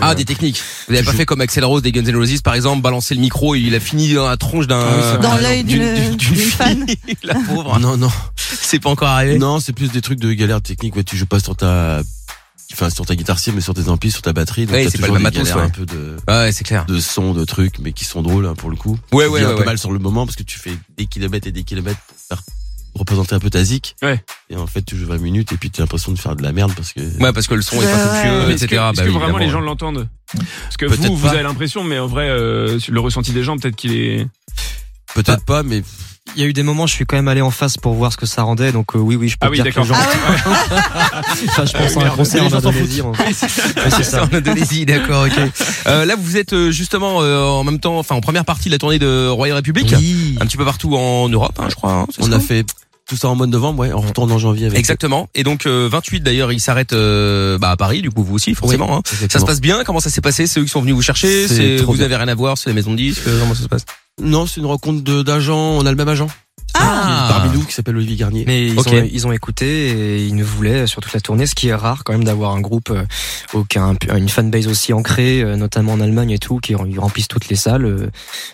B: Ah, des techniques. Vous avez pas fait comme Axel Rose des Guns N' Roses, par exemple, balancer le micro et il a fini dans la tronche d'un
E: Dans l'œil d'une
B: d'une-
E: d'une fan.
B: La pauvre. Oh, Non, non. C'est pas encore arrivé.
F: Non, c'est plus des trucs de galère technique. Ouais, tu joues pas sur ta, enfin, sur ta guitare cible, mais sur tes amplis, sur ta batterie. Donc
B: Ouais,
F: t'as
B: c'est pas le
F: toujours
B: même
F: des
B: matos,
F: galères
B: ouais.
F: un peu de,
B: c'est clair.
F: De sons, de trucs, mais qui sont drôles, hein, pour le coup.
B: Ouais,
F: Tu
B: ouais, ouais,
F: dis un peu
B: ouais.
F: mal sur le moment, parce que tu fais des kilomètres et des kilomètres pour faire représenter un peu ta zik.
D: Ouais.
F: Et en fait, tu joues 20 minutes et puis t'as l'impression de faire de la merde parce que.
B: Ouais, parce que le son est pas Ouais, soucieux, ouais.
D: Mais Est-ce que,
B: etc.,
D: est-ce
B: bah
D: que
B: oui,
D: vraiment les
B: évidemment.
D: gens l'entendent Parce que
F: Peut-être
D: vous, vous
F: pas.
D: avez l'impression, mais en vrai, euh, le ressenti des gens, peut-être qu'il est.
B: Ah,
F: Peut-être pas, mais.
C: Il y a eu des moments, je suis quand même allé en face pour voir ce que ça rendait, donc euh, oui, oui, je peux
D: Ah oui,
C: dire que les
D: d'accord.
C: gens.
B: Ah
C: Enfin, je pense à un concert en Indonésie. en-
B: Oui, c'est
C: Ouais, c'est ça.
B: ça. En Indonésie, d'accord, ok. Euh, là, vous êtes euh, justement euh, en même temps, enfin en première partie de la tournée de Royal Republic, un petit peu partout en Europe, hein, je crois. hein, c'est
F: On
B: ça
F: a fait tout ça en mois de novembre, ouais, on retourne en janvier avec.
B: Exactement. Et donc euh, 28 d'ailleurs, il s'arrête euh, bah, à Paris, du coup vous aussi forcément. hein. Ça se
F: exactement.
B: passe bien Comment ça s'est passé C'est eux qui sont venus vous chercher
F: C'est
B: C'est
F: trop
B: vous
F: bien.
B: avez rien à voir C'est les maisons de disques euh, Comment ça se passe
F: Non, c'est une rencontre de- d'agents. On a le même agent.
B: Ah.
F: Qui est Parmi nous, qui s'appelle Olivier Garnier.
C: Mais ils,
F: Ok.
C: ont, ils ont écouté et ils nous voulaient euh, sur toute la tournée, ce qui est rare quand même d'avoir un groupe, euh, aucun, une fanbase aussi ancrée, euh, notamment en Allemagne et tout, qui rem- ils remplissent toutes les salles, euh,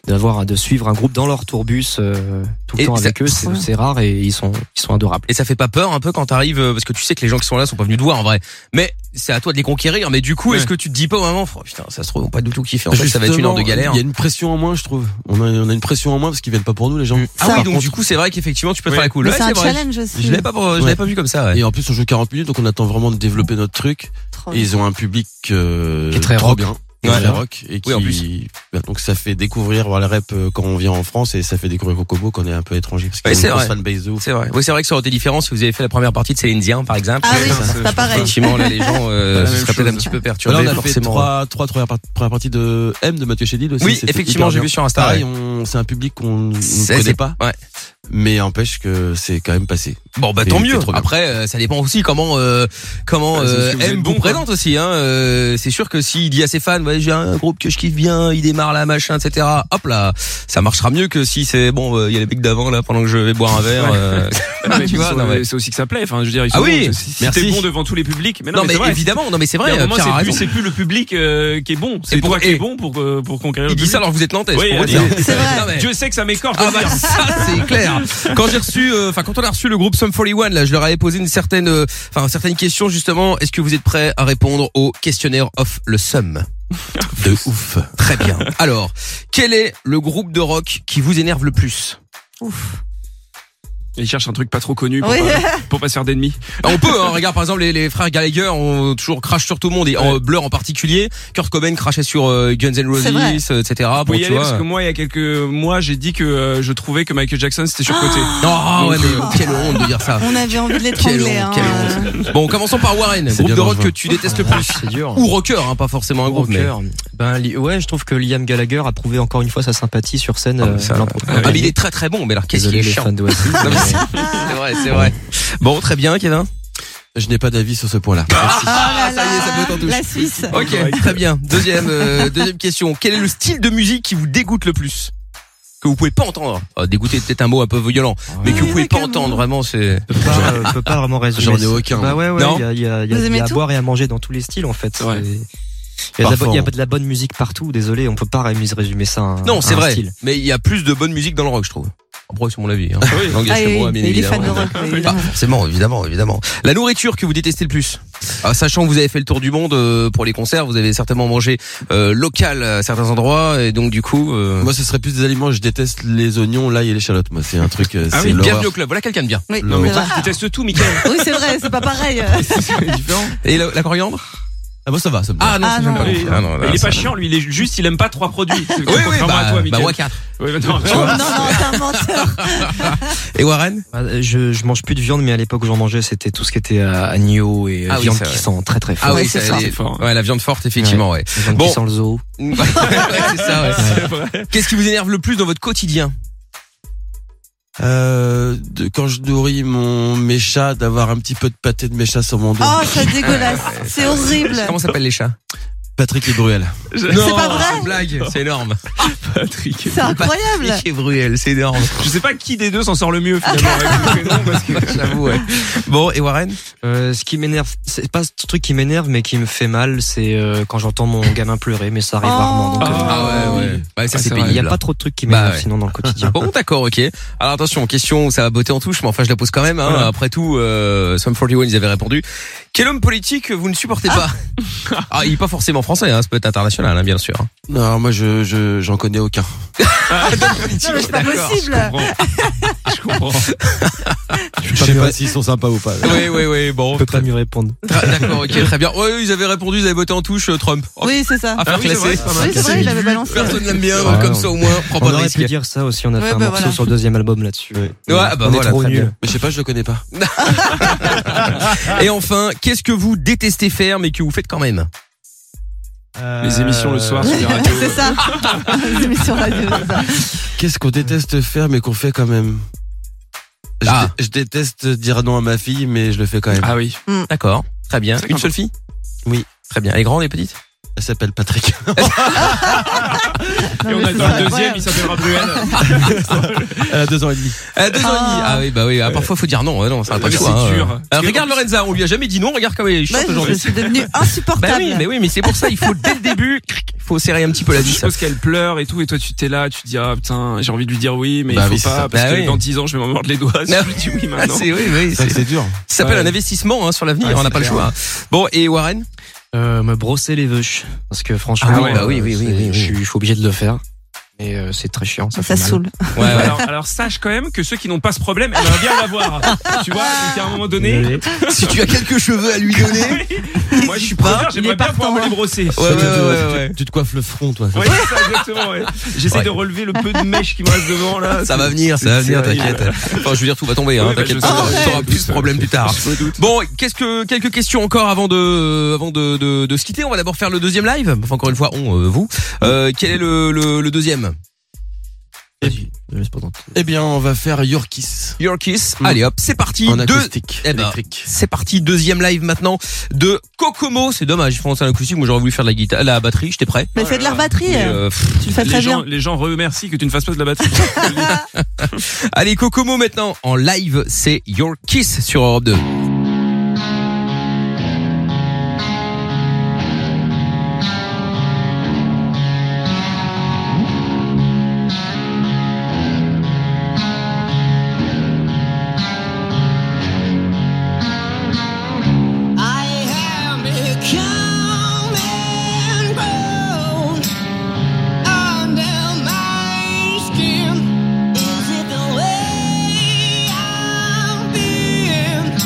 C: d'avoir de suivre un groupe dans leur tourbus euh, tout le
B: Et
C: temps
B: ça-
C: avec eux, c'est c'est rare et ils sont, ils sont adorables.
B: Et ça fait pas peur un peu quand t'arrives euh, parce que tu sais que les gens qui sont là sont pas venus te voir en vrai. Mais c'est à toi de les conquérir. Mais du coup, est-ce que tu te dis pas au moment oh, putain ça se trouve ils ont pas du tout kiffé en fait ça va être une heure de
F: Justement,
B: galère.
F: Il y a une pression en moins, je trouve. On a, on a une pression en moins parce qu'ils viennent pas pour nous, les gens.
B: Ah oui donc du coup c'est vrai qu'effectivement tu peux faire la cool.
E: Mais
B: Ouais,
E: c'est un
B: vrai.
E: challenge aussi.
B: Je l'avais pas je l'avais pas vu comme ça.
F: Et en plus, on joue 40 minutes, donc on attend vraiment de développer notre truc. Et ils ont un public euh,
B: Qui est très
F: trop
B: rock.
F: bien.
B: Ouais.
F: très rock et qui,
B: Oui, en
F: Bah, donc ça fait découvrir voir la rep euh, quand on vient en France et ça fait découvrir Kokobo quand on est un peu étranger parce qu'il
B: Ouais,
F: y a
B: c'est
F: une grosse
B: vrai.
F: fanbase de ouf.
B: C'est vrai. Oui, c'est vrai que ça aurait été différent si vous avez fait la première partie de Céline Dion, par exemple.
E: Ah oui,
B: Ça,
E: c'est
B: ça,
E: pas
B: je-
E: pareil.
B: Effectivement, là, les gens
F: Pas
B: euh,
F: la
B: se
F: même
B: seraient
F: chose.
B: peut-être un petit peu perturbés.
F: Alors, on a fait
B: forcément.
F: trois, trois premières, part- premières parties de M de Mathieu Chédid aussi.
B: Oui,
F: c'était
B: effectivement,
F: hyper
B: j'ai
F: bien.
B: vu sur Insta,
F: Pareil,
B: ouais.
F: on- c'est un public qu'on on ne
B: C'est-
F: connaît
B: c'est-
F: pas. Mais empêche que c'est quand même passé.
B: Bon bah
F: Et
B: tant
F: c'est
B: mieux.
F: trop bien.
B: Après euh, ça dépend aussi comment euh, comment
F: Bah, c'est
B: euh,
F: ce que vous
B: M
F: êtes
B: bon
F: bon, quoi.
B: présente aussi. Hein. Euh, c'est sûr que s'il dit à ses fans ouais, j'ai un groupe que je kiffe bien, il démarre là machin etc. Hop là ça marchera mieux que si c'est bon euh, il y a les mecs d'avant là pendant que je vais boire un verre. euh,
D: Ouais, mais
B: tu vois,
D: c'est-
B: non, mais-
D: c'est aussi que ça plaît. Enfin, je veux dire, ils
B: Ah
D: sont
B: oui,
D: bons. Si- si
B: merci.
D: t'es bon devant tous les publics, mais non,
B: Non, mais
D: c'est vrai.
B: évidemment, non, mais c'est vrai, euh,
D: Il y a un moment,
B: Pierre a
D: c'est plus,
B: raison.
D: c'est plus le public euh, qui est bon, c'est
B: Et pour-
D: toi qui
B: et-
D: est bon pour euh, pour conquérir.
B: Il
D: le
B: dit
D: public.
B: ça alors que vous êtes nantais,
D: Oui,
B: pour vous
D: euh,
B: dire.
D: c'est-
B: Non, mais-
D: Dieu sait que ça m'écorche.
B: Ah
D: de
B: bah
D: dire.
B: ça c'est clair. Quand j'ai reçu, euh, enfin quand on a reçu le groupe Sum 41 là, je leur avais posé une certaine, euh, enfin certaines questions justement. Est-ce que vous êtes prêts à répondre au questionnaire off le Sum De ouf. Très bien. Alors, quel est le groupe de rock qui vous énerve le plus
D: Il cherche un truc pas trop connu pour,
B: Oui.
D: pas, pour pas se faire d'ennemis.
B: Ah, On peut, hein, regarde par exemple les, les frères Gallagher ont toujours crash sur tout le monde et en euh, Blur en particulier. Kurt Cobain crachait sur euh, Guns N' Roses,
D: C'est vrai.
B: euh, etc.
D: Vous
B: Bon,
D: pouvez y
B: tu
D: aller
B: vois.
D: parce que moi, il y a quelques mois, j'ai dit que euh, je trouvais que Michael Jackson c'était surcoté.
B: Ah
D: Donc,
B: ouais, mais
D: euh,
B: quelle honte de dire ça.
E: On avait envie de
B: Quelle honte,
E: l'étrangler. Hein.
B: quelle honte. Bon, commençons par Warren, groupe
C: bien
B: de rock que
C: dangereux.
B: tu détestes le plus.
C: Ah, c'est dur.
B: Ou rocker, hein, pas forcément un groupe, mais.
C: Rocker. Ben, Li- ouais, je trouve que Liam Gallagher a prouvé encore une fois sa sympathie sur scène. euh, l'an prochain.
B: Ah, mais il est très très bon, mais alors qu'est-ce qu'il
C: Désolé
B: est
C: les
B: chiant.
C: fans d'Oasis,
B: Non, mais c'est c'est vrai, c'est vrai. Bon, très bien, Kevin.
F: Je n'ai pas d'avis sur ce point-là.
E: Ah, là, là, La Suisse.
B: Ok, très bien. Deuxième, euh, deuxième question. Quel est le style de musique qui vous dégoûte le plus Que vous pouvez pas entendre. Ah, dégoûter, peut-être un mot un peu violent, mais que vous pouvez pas entendre, vraiment, c'est.
C: pas, euh, peut pas vraiment résumer.
B: J'en ai
C: ça.
B: aucun.
C: Bah ouais, ouais,
B: Non
C: il y a, il y a- il y a-
B: Vous aimez
C: il y a à
B: tout
C: boire et à manger dans tous les styles en fait. C'est- Il y, a de la, bo-
B: Parfois,
C: il y a
B: on-
C: de la bonne musique partout, désolé, on peut pas rémis- résumer ça. à un-
B: Non,
C: à
B: c'est
C: un
B: vrai.
C: style.
B: Mais il y a plus de bonne musique dans le rock, je trouve. Après, c'est mon avis. Hein.
C: oui.
B: Engagez-moi,
C: Ah
B: bien
C: oui, mais il est
B: évidemment.
C: fan de rock,
B: Bah,
C: évidemment.
B: forcément, évidemment, évidemment. La nourriture que vous détestez le plus. Ah, sachant que vous avez fait le tour du monde euh, pour les concerts, vous avez certainement mangé euh, local à certains endroits, et donc du coup. euh,
F: Moi, ce serait plus des aliments. Je déteste les oignons, l'ail et l'échalote. Moi, c'est un truc. euh,
B: Ah
F: c'est
B: oui,
F: l'horreur.
B: bienvenue au club. Voilà quelqu'un de bien.
E: Oui,
F: Non, mais
E: c'est
F: toi,
E: vrai.
D: tu détestes tout, Michael.
E: Oui, c'est vrai, c'est pas pareil.
B: Et la, la coriandre
F: Ah bon, ça va, ça me
B: Ah non, ça, j'aime pas non plus. Ah non, là,
D: il est
B: ça-
D: pas chiant, lui. Il est juste, il aime pas trois produits. C'est
B: oui,
D: contrairement
B: bah,
D: à toi,
B: bah,
D: Michael.
B: moi, quatre.
D: Oui, mais non.
B: Et Warren
C: Bah, je, je mange plus de viande, mais à l'époque où j'en mangeais, c'était tout ce qui était euh, agneau et euh,
B: Ah oui,
C: viande
B: ça,
C: qui
B: ouais.
C: sent très très fort.
B: Ah oui, ça, les- Ouais, la viande forte, effectivement, ouais.
C: La viande qui sent le zoo.
B: Ouais, c'est ça, ouais. Qu'est-ce qui vous énerve le plus dans votre quotidien
F: euh, de- quand je nourris mon mes chats d'avoir un petit peu de pâté de mes chats sur mon dos.
E: Oh, c'est dégueulasse. C'est horrible.
B: Comment s'appellent les chats
F: Patrick et Bruel.
B: C'est
E: pas vrai
B: une blague, c'est énorme. Patrick.
E: C'est incroyable.
B: Patrick et Bruel, c'est énorme.
D: Je sais pas qui des deux s'en sort le mieux finalement avec le prénom, parce que
B: j'avoue. Ouais. Bon, et Warren
C: Euh, ce qui m'énerve, c'est pas ce truc qui m'énerve, mais qui me fait mal, c'est euh, quand j'entends mon gamin pleurer, mais ça arrive rarement. donc, euh,
B: Ah ouais, ouais. Ouais, ça,
C: Ah,
B: c'est Bah
C: c'est vrai.
B: pénible. Ah,
C: Il y a pas trop de trucs qui m'énervent sinon dans le quotidien.
B: Bon, d'accord, ok. Alors attention, question où ça va botter en touche, mais enfin je la pose quand même. Hein. Après tout, euh, Sum 41, ils avaient répondu. Quel homme politique vous ne supportez pas Ah, il est pas forcément français, hein, ça peut être international, hein, bien sûr.
F: Non, moi je je- j'en connais aucun.
D: Ah,
E: Non, mais c'est pas
B: D'accord,
E: possible.
F: Je sais pas s'ils sont sympas ou pas.
B: Oui, oui, oui. Bon,
C: je peux pas mieux répondre.
B: Tra- D'accord, ok, très bien. Ouais, ils avaient répondu, ils avaient voté en touche euh, Trump. Oh,
E: Oui, c'est ça.
B: Affaire
E: Ah oui, c'est
B: classée.
E: vrai, c'est pas mal. Oui, c'est vrai, il avait balancé.
B: Personne l'aime bien,
C: Ouais,
B: comme
C: on-
B: ça au moins, prends
C: Ah. on
B: pas de
C: aurait
B: risque.
C: pu dire ça aussi, on a
B: Ouais,
C: fait un
B: bah
C: morceau
B: voilà.
C: sur le deuxième album là-dessus. Ouais,
B: bah
C: on
B: voilà,
C: est trop
B: très
C: nuls.
B: bien.
F: Mais je sais pas, je le connais pas.
B: Et enfin, qu'est-ce que vous détestez faire mais que vous faites quand même
D: Les émissions le soir sur les radios.
E: c'est ça. Les émissions radio, c'est ça.
F: Qu'est-ce qu'on déteste faire mais qu'on fait quand même je, dé- je déteste dire non à ma fille mais je le fais quand même.
B: Ah oui.
F: Mm.
B: D'accord, très bien. Une seule fille
F: Oui.
B: Très bien. Elle est grande et petite
F: Elle s'appelle Patrick.
E: Ah,
D: Et on a dans le deuxième, il s'appellera Bruel.
F: Elle a deux ans et demi.
B: Euh, deux ans et demi. Ah oui, bah oui. ah, parfois, faut dire non. hein, non, ça n'a pas
D: Mais
B: le choix.
D: c'est
B: hein.
D: dur.
B: Euh, regarde Lorenza, on lui a jamais dit non. Regarde comme elle est
E: Bah,
B: chiante
E: je-
B: aujourd'hui.
E: je suis devenue insupportable.
B: Bah oui, mais oui, mais c'est pour ça, il faut dès le début, cric, il faut serrer un petit peu la
D: Je
B: vis.
D: suppose qu'elle pleure et tout, et toi tu t'es là, tu te dis ah putain, j'ai envie de lui dire oui, mais
B: Bah
D: il faut
B: oui, c'est
D: pas,
B: ça.
D: parce
B: Bah
D: que
B: oui.
D: dans 10 ans je vais m'en mordre les doigts si je lui dis oui maintenant.
B: Ah, c'est oui, oui,
D: C'est vrai que c'est
F: dur.
B: Ça s'appelle
D: Ouais.
B: un investissement hein, sur l'avenir.
C: Ouais,
B: on n'a
C: c'est
B: pas le
C: clair.
B: choix. hein. Bon, et Warren
C: Euh, me brosser les vœux parce que franchement
B: Ah oui, bah oui, oui, oui,
C: euh, c'est-
B: oui, oui.
C: je suis je suis obligé de le faire et euh, c'est très chiant ça,
E: Ça
C: fait mal.
E: saoule.
B: Ouais, ouais.
D: Alors, alors sache quand même que ceux qui n'ont pas ce problème, elle va bien l'avoir. tu vois, donc à un moment donné,
B: si tu as quelques cheveux à lui donner,
D: moi je suis pas, j'aimerais bien pouvoir me les brosser.
B: Ouais, ouais, ouais, ouais,
F: Tu, tu te coiffes le front toi.
D: Ouais, c'est ça, exactement. ouais. J'essaie
B: Ouais.
D: de relever le peu de mèche qui me reste devant là.
B: Ça va venir, ça va venir,
D: Ah, C'est
B: t'inquiète.
D: horrible.
B: Enfin, je veux dire, tout va tomber, hein,
D: Oui, bah,
B: t'inquiète
D: je
B: pas,
D: sais.
B: t'auras plus de problèmes plus tard. Bon, qu'est-ce que, quelques questions encore avant de, avant de, de, de se quitter. On va d'abord faire le deuxième live. Enfin, encore une fois, on, euh, vous. Euh, quel est le, le, le deuxième?
F: Eh bien, on va faire Your Kiss.
B: Your Kiss. Allez hop, c'est parti.
F: En
B: Deux-
F: acoustique,
B: Eh ben,
F: électrique.
B: c'est parti. Deuxième live maintenant de Kokomo. C'est dommage, ils font ça à l'acoustique. Moi, j'aurais voulu faire de la guitare, la batterie. J'étais prêt.
E: Mais fais de la batterie.
B: Mais, euh, pff,
E: Tu le fais
D: les
E: très
D: gens,
E: bien.
D: les gens remercient que tu ne fasses pas de la batterie.
B: Allez, Kokomo maintenant en live, c'est Your Kiss sur Europe 2.
H: I am become and bold under my skin. Is it the way I'm being?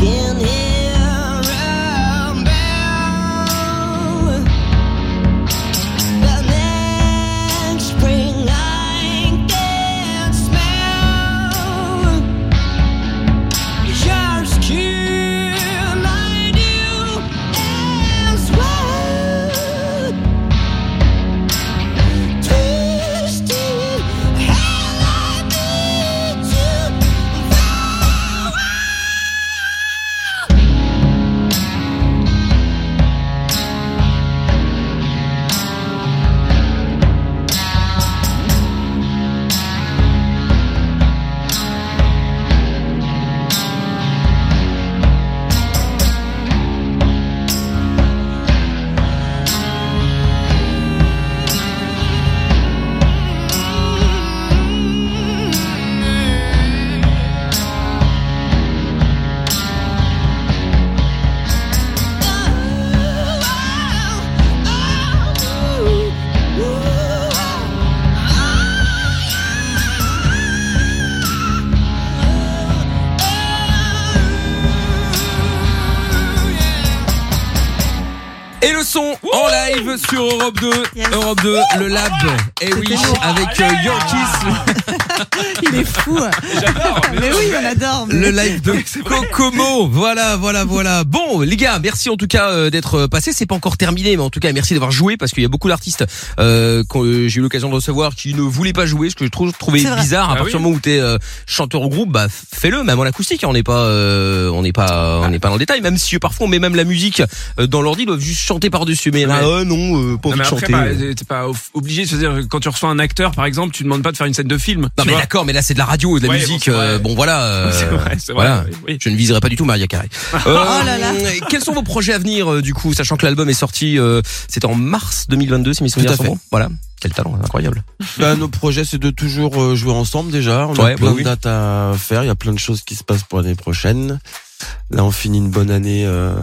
H: been here and bound. The next spring I can smell your skin. I do as well. Twisting, how I need you.
B: Et le son en live sur Europe 2, Europe 2, le lab. Et oui, avec euh, Your Kiss,
E: Il est fou. Mais oui, on adore. mais-
B: le live de Kokomo. Voilà, voilà, voilà. Bon, les gars, merci en tout cas euh, d'être euh, passés. C'est pas encore terminé, mais en tout cas, merci d'avoir joué parce qu'il y a beaucoup d'artistes euh, que euh, j'ai eu l'occasion de recevoir qui ne voulaient pas jouer, ce que je trouve trouvais
F: C'est vrai.
B: bizarre. À
F: Ah
B: partir
F: oui.
B: du moment où t'es euh, chanteur au groupe, bah fais-le, même en acoustique. hein. On n'est pas, euh, on n'est pas, on n'est pas dans le détail. Même si euh, parfois on met même la musique euh, dans l'ordi, ils doivent juste chanter par dessus. Mais là, euh, non, euh, pas
D: Non,
B: envie
D: mais
B: de
D: après,
B: chanter.
D: bah, t'es pas off- obligé de se dire, quand tu reçois un acteur, par exemple, tu demandes pas de faire une scène de film.
B: Non mais d'accord, mais là c'est de la radio, de la
D: Ouais, bon,
B: musique.
D: c'est vrai.
B: euh, Bon, voilà, euh,
D: C'est vrai, c'est vrai,
B: voilà.
D: oui,
B: Je ne viserai pas du tout Maria Carré. Euh,
D: Oh là là.
B: Quels sont vos projets à venir euh, du coup, sachant que l'album est sorti, euh, c'était en mars 2022, si mes souvenirs
F: à
B: sont
F: fait.
B: bons. Voilà, quel talent incroyable.
F: Bah, nos projets, c'est de toujours euh, jouer ensemble déjà. On
B: Ouais,
F: a
B: bah
F: plein
B: oui.
F: de dates à faire. Il y a plein de choses qui se passent pour l'année prochaine. Là, on finit une bonne année euh,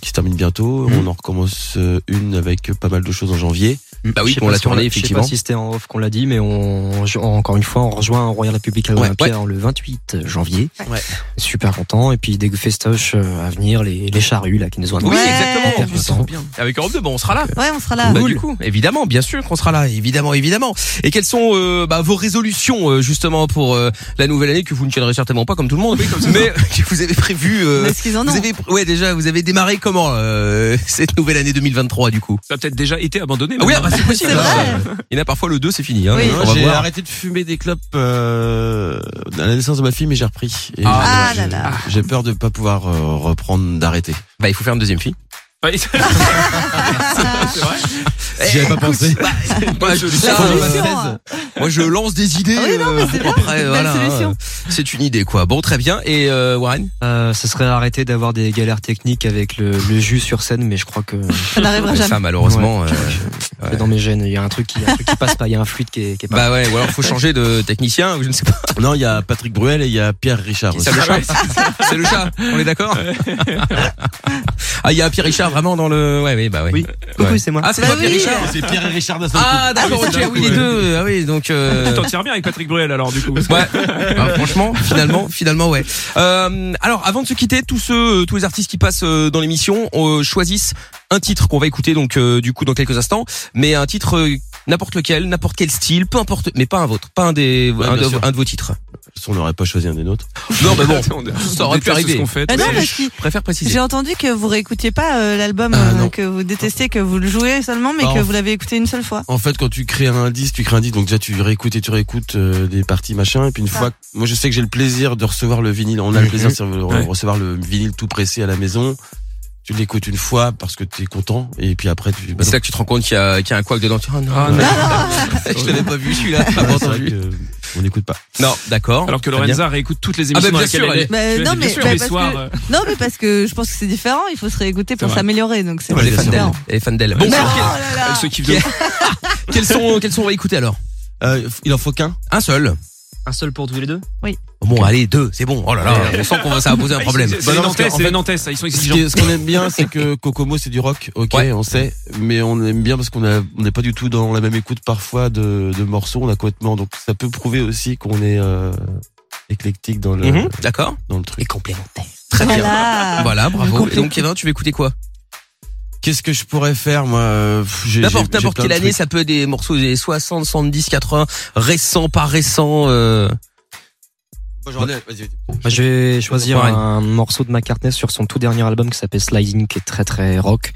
F: qui se termine bientôt. On en recommence euh, une avec pas mal de choses en janvier.
B: Bah
C: Je sais pas si on l'a- Je sais pas si c'était en off qu'on l'a dit, mais on, je- encore une fois, on rejoint Royal République à
F: Ouais,
C: Olympia
F: ouais.
C: le 28 janvier.
F: Ouais.
C: Super content. Et puis des festoches euh, à venir, les, les charrues là qui nous ont
B: Oui,
C: annoncé.
B: exactement.
C: Hyper content.
B: Avec Europe 2, bon, on sera là.
E: Ouais, on sera là.
B: Bah,
E: Cool.
B: du coup, évidemment, bien sûr qu'on sera là, évidemment, évidemment. Et quelles sont euh, bah, vos résolutions euh, justement pour euh, la nouvelle année que vous ne tiendrez certainement pas comme tout le monde, mais que vous avez prévu euh,
D: Mais ce
E: Oh
D: qu'ils en
B: vous
D: ont.
B: avez pr- ouais, déjà, vous avez démarré comment euh, cette nouvelle année 2023 du coup
D: Ça a peut-être déjà été abandonné.
B: Ah oui, ah
D: maintenant.
B: bah, c'est possible. hein. Il y en a parfois le 2, c'est fini. Hein,
F: Oui.
B: On va
F: J'ai
B: voir.
F: arrêté de fumer des clopes euh, à la naissance de ma fille, mais j'ai repris. Et
B: Ah.
F: j'ai-
B: Ah là là.
F: J'ai peur de pas pouvoir euh, reprendre, d'arrêter.
B: Bah, il faut faire une deuxième fille.
D: Oui.
B: c'est vrai.
F: J'y avais pas pensé.
B: Moi, je,
F: solution,
E: Ah,
B: ça, euh. moi, je lance des idées. euh, après, voilà, hein. C'est une idée quoi. Bon, très bien. Et euh, Warren
C: Euh, ça serait arrêter d'avoir des galères techniques avec le, le jus sur scène, mais je crois que
E: Ça n'arrivera jamais.
B: Ça, malheureusement.
C: Ouais,
B: euh,
C: c'est dans mes gènes. Il y a un truc qui, un truc qui passe pas. Il y a un fluide qui est, qui est pas.
B: Bah ouais, ou alors faut changer de technicien, ou je ne sais pas.
F: Non, il y a Patrick Bruel et il y a Pierre Richard.
B: C'est
F: aussi.
B: le chat. C'est le chat. On est d'accord Ah, il y a Pierre Richard vraiment dans le. Ouais, oui, bah oui.
C: Coucou, c'est moi.
B: Ah, c'est
C: Bah
B: toi, Pierre
C: oui.
B: Richard.
F: C'est Pierre et Richard d'un seul
B: Ah,
F: coup.
B: d'accord.
F: Ah oui,
B: Ok,
F: c'est d'un
B: oui,
F: coup,
B: les
F: ouais.
B: deux. Ah oui, donc. euh,
D: Tu t'en tires bien avec Patrick Bruel alors du coup.
B: Ouais. Ah, franchement, finalement, finalement, ouais. Euh, alors, avant de se quitter, tous ceux, tous les artistes qui passent euh, dans l'émission euh, choisissent un titre qu'on va écouter donc euh, du coup dans quelques instants, mais un titre euh, n'importe lequel, n'importe quel style, peu importe, mais pas un vôtre, pas un des un,
F: bien
B: de,
F: sûr.
B: un de vos titres.
F: Parce qu'on n'aurait pas choisi un des nôtres.
B: Non, mais bon, ça
D: on
B: aurait pu
D: déteste ce
B: arriver.
D: qu'on fait,
E: Ah non, parce
B: je
E: qu'il-
B: préfère préciser.
E: J'ai entendu que vous réécoutiez pas euh, l'album
B: Ah,
E: euh, que vous détestez, que vous le jouez seulement, mais
F: Bah,
E: que
F: en
E: vous l'avez écouté une seule fois.
F: En fait, quand tu crées un disque, tu crées un disque, donc déjà tu réécoutes et tu réécoutes euh, des parties machin, et puis une fois, que- moi je sais que j'ai le plaisir de recevoir le vinyle, on a le
B: Mhm.
F: plaisir de re-
D: Ouais.
F: recevoir le vinyle tout pressé à la maison. Tu l'écoutes une fois parce que t'es content, et puis après tu. bah,
B: C'est là que tu te rends compte qu'il y a, qu'il y a un couac dedans. Tu dis, Ah, non, Ah,
F: Ah,
B: non.
F: non.
B: je l'avais pas vu celui-là.
F: Ouais,
B: pas
F: c'est vrai
B: entendu.
F: que on n'écoute pas.
B: Non, d'accord.
D: Alors que
B: Très bien.
D: Lorenza réécoute toutes les
B: Ah, bah,
D: émissions dans
B: bien
D: lesquelles
B: sûr,
D: elle
B: elle est-
D: est.
E: Bah,
D: Tu
E: non,
D: vois,
E: mais,
D: bien sûr,
E: bah,
D: les
E: parce
D: soirs,
E: que,
D: euh,
E: non, mais parce que je pense que c'est différent, il faut se réécouter pour
D: vrai.
E: s'améliorer, donc c'est
B: Elle est fan d'elle.
E: différent.
B: Elle est fan d'elle. Bon,
E: Mais
B: ok.
E: oh là là.
C: Ah.
D: Elle se kiffe de ouf.
B: quels sont quels sont on va écouter alors
F: Euh, il en faut qu'un.
B: Un seul. Oh,
C: Un seul pour tous les deux.
E: Oui.
B: Bon, allez, deux, c'est bon. Oh là là, on sent qu'on va, ça va
C: Ah,
B: poser un problème. Bah
D: C'est- C'est les Nantais, c'est les Nantais, ça, ils sont
F: Ce qui-
D: exigeants.
F: ce qu'on aime bien, c'est que Kokomo c'est du rock, ok, on sait, mais on aime bien parce qu'on a- on n'est pas du tout dans la même écoute parfois de, de morceaux, on a complètement, donc ça peut prouver aussi qu'on est euh, éclectique dans le,
B: Mhm, D'accord.
F: dans le truc.
C: Et complémentaire.
B: Très Très bien.
C: Ah.
E: Voilà.
B: Voilà, bravo. Et
F: Complètement.
B: donc, Kevin, tu veux écouter quoi
F: Qu'est-ce que je pourrais faire, moi euh, pff, j'ai- j'ai-
B: N'importe
F: j'ai
B: n'importe
F: plein de
B: quelle année,
F: trucs.
B: ça peut être des morceaux des 60, 70, 80, récents, pas récents. Euh...
C: Bah, je vais choisir
B: Contemporaine.
C: un morceau de McCartney sur son tout dernier album qui s'appelle Sliding, qui est très très rock.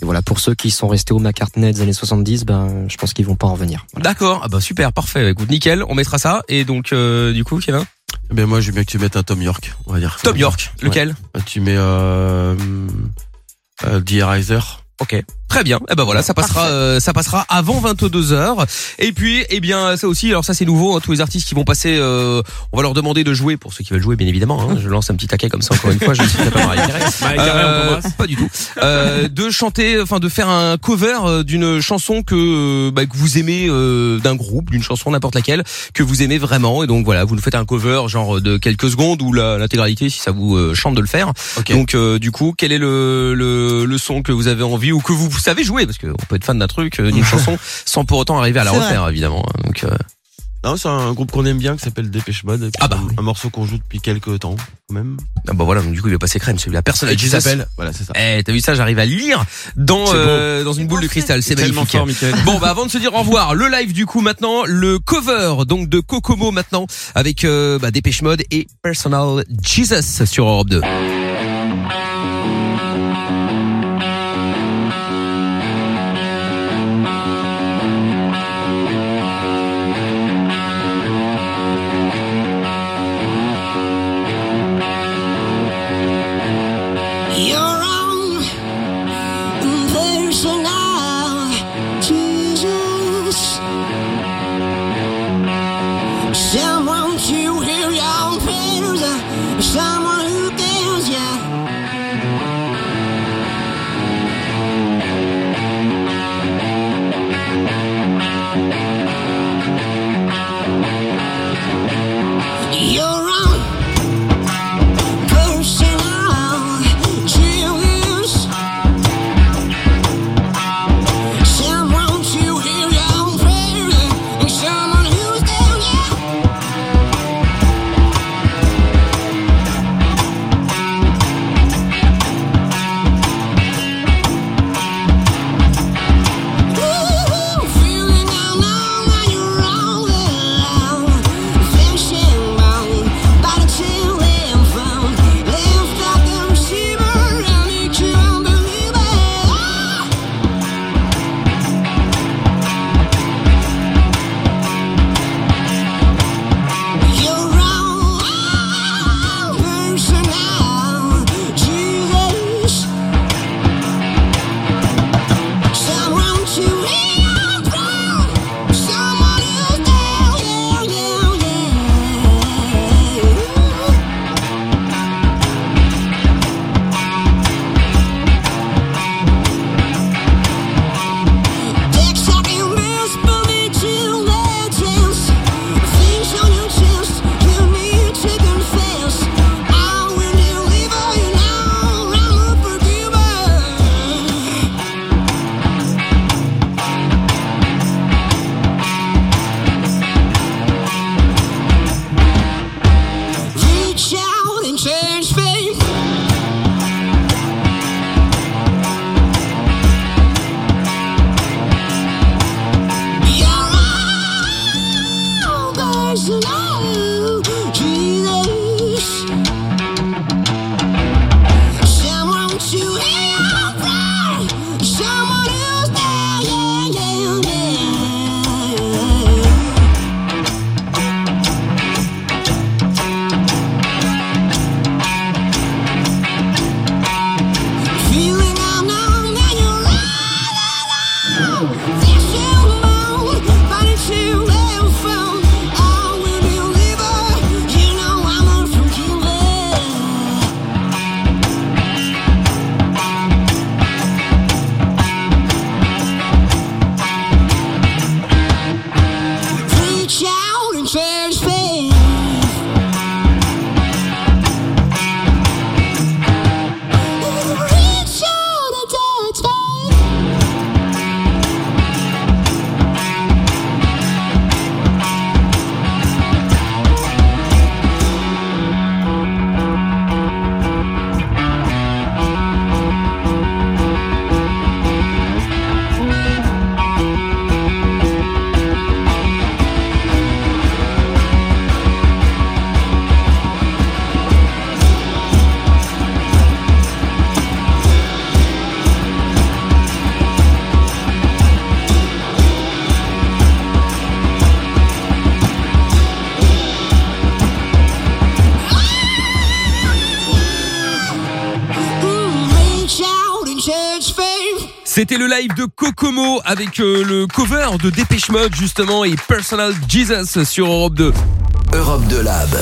C: Et voilà, pour ceux qui sont restés au McCartney des années 70, ben, je pense qu'ils vont pas en revenir.
B: D'accord, ah bah super, parfait. Écoute, nickel, on mettra ça. Et donc, euh, du coup, Kevin
F: Eh Ben moi, je veux bien que tu mettes un Tom York, on va dire.
B: Tom York, lequel
F: Ouais. Tu mets euh, euh, The Eraser.
B: Ok. Très bien. Eh ben voilà, ça passera, euh, ça passera avant 22 h Et puis, eh bien, ça aussi. Alors ça, c'est nouveau. hein, tous les artistes qui vont passer, euh, on va leur demander de jouer pour ceux qui veulent jouer, bien évidemment. hein. je lance un petit taquet comme ça encore une fois. Je ne suis pas Mariah Carey.
F: Ah,
D: Mariah Carey, on
B: Euh,
D: t'embrasse.
B: pas du tout. Euh, de chanter, enfin, de faire un cover euh, d'une chanson que, euh, bah, que vous aimez euh, d'un groupe, d'une chanson n'importe laquelle que vous aimez vraiment. Et donc voilà, vous nous faites un cover genre de quelques secondes ou la- l'intégralité si ça vous euh, chante de le faire. Donc euh, du coup, quel est le, le le son que vous avez envie ou que vous, vous savez jouer parce qu'on peut être fan d'un truc, euh, d'une chanson, sans pour autant arriver à la
F: C'est vrai.
B: refaire évidemment. hein. Donc euh,
F: Non, c'est un groupe qu'on aime bien qui s'appelle Dépêche Mode. Ah bah. Un morceau qu'on joue depuis quelques temps, quand même.
B: Ah bah voilà, donc du coup il va passer crème celui-là. Personne à
F: Et qui
B: Jesus.
F: s'appelle- voilà, c'est ça.
B: Eh, t'as vu ça, j'arrive à lire dans
F: C'est
B: euh, dans une boule de cristal, c'est
F: C'est tellement
B: magnifique.
F: fort, Mickaël.
B: bon bah avant de se dire au revoir, le live du coup maintenant, le cover donc de Kokomo maintenant avec euh, bah, Dépêche Mode et Personal Jesus sur Europe 2.
H: You're wrong, personal Jesus. Someone to hear your prayers, someone who gives you
B: C'était le live de Kokomo avec euh, le cover de Dépêche Mode justement et Personal Jesus sur Europe 2.
A: Europe 2 Lab.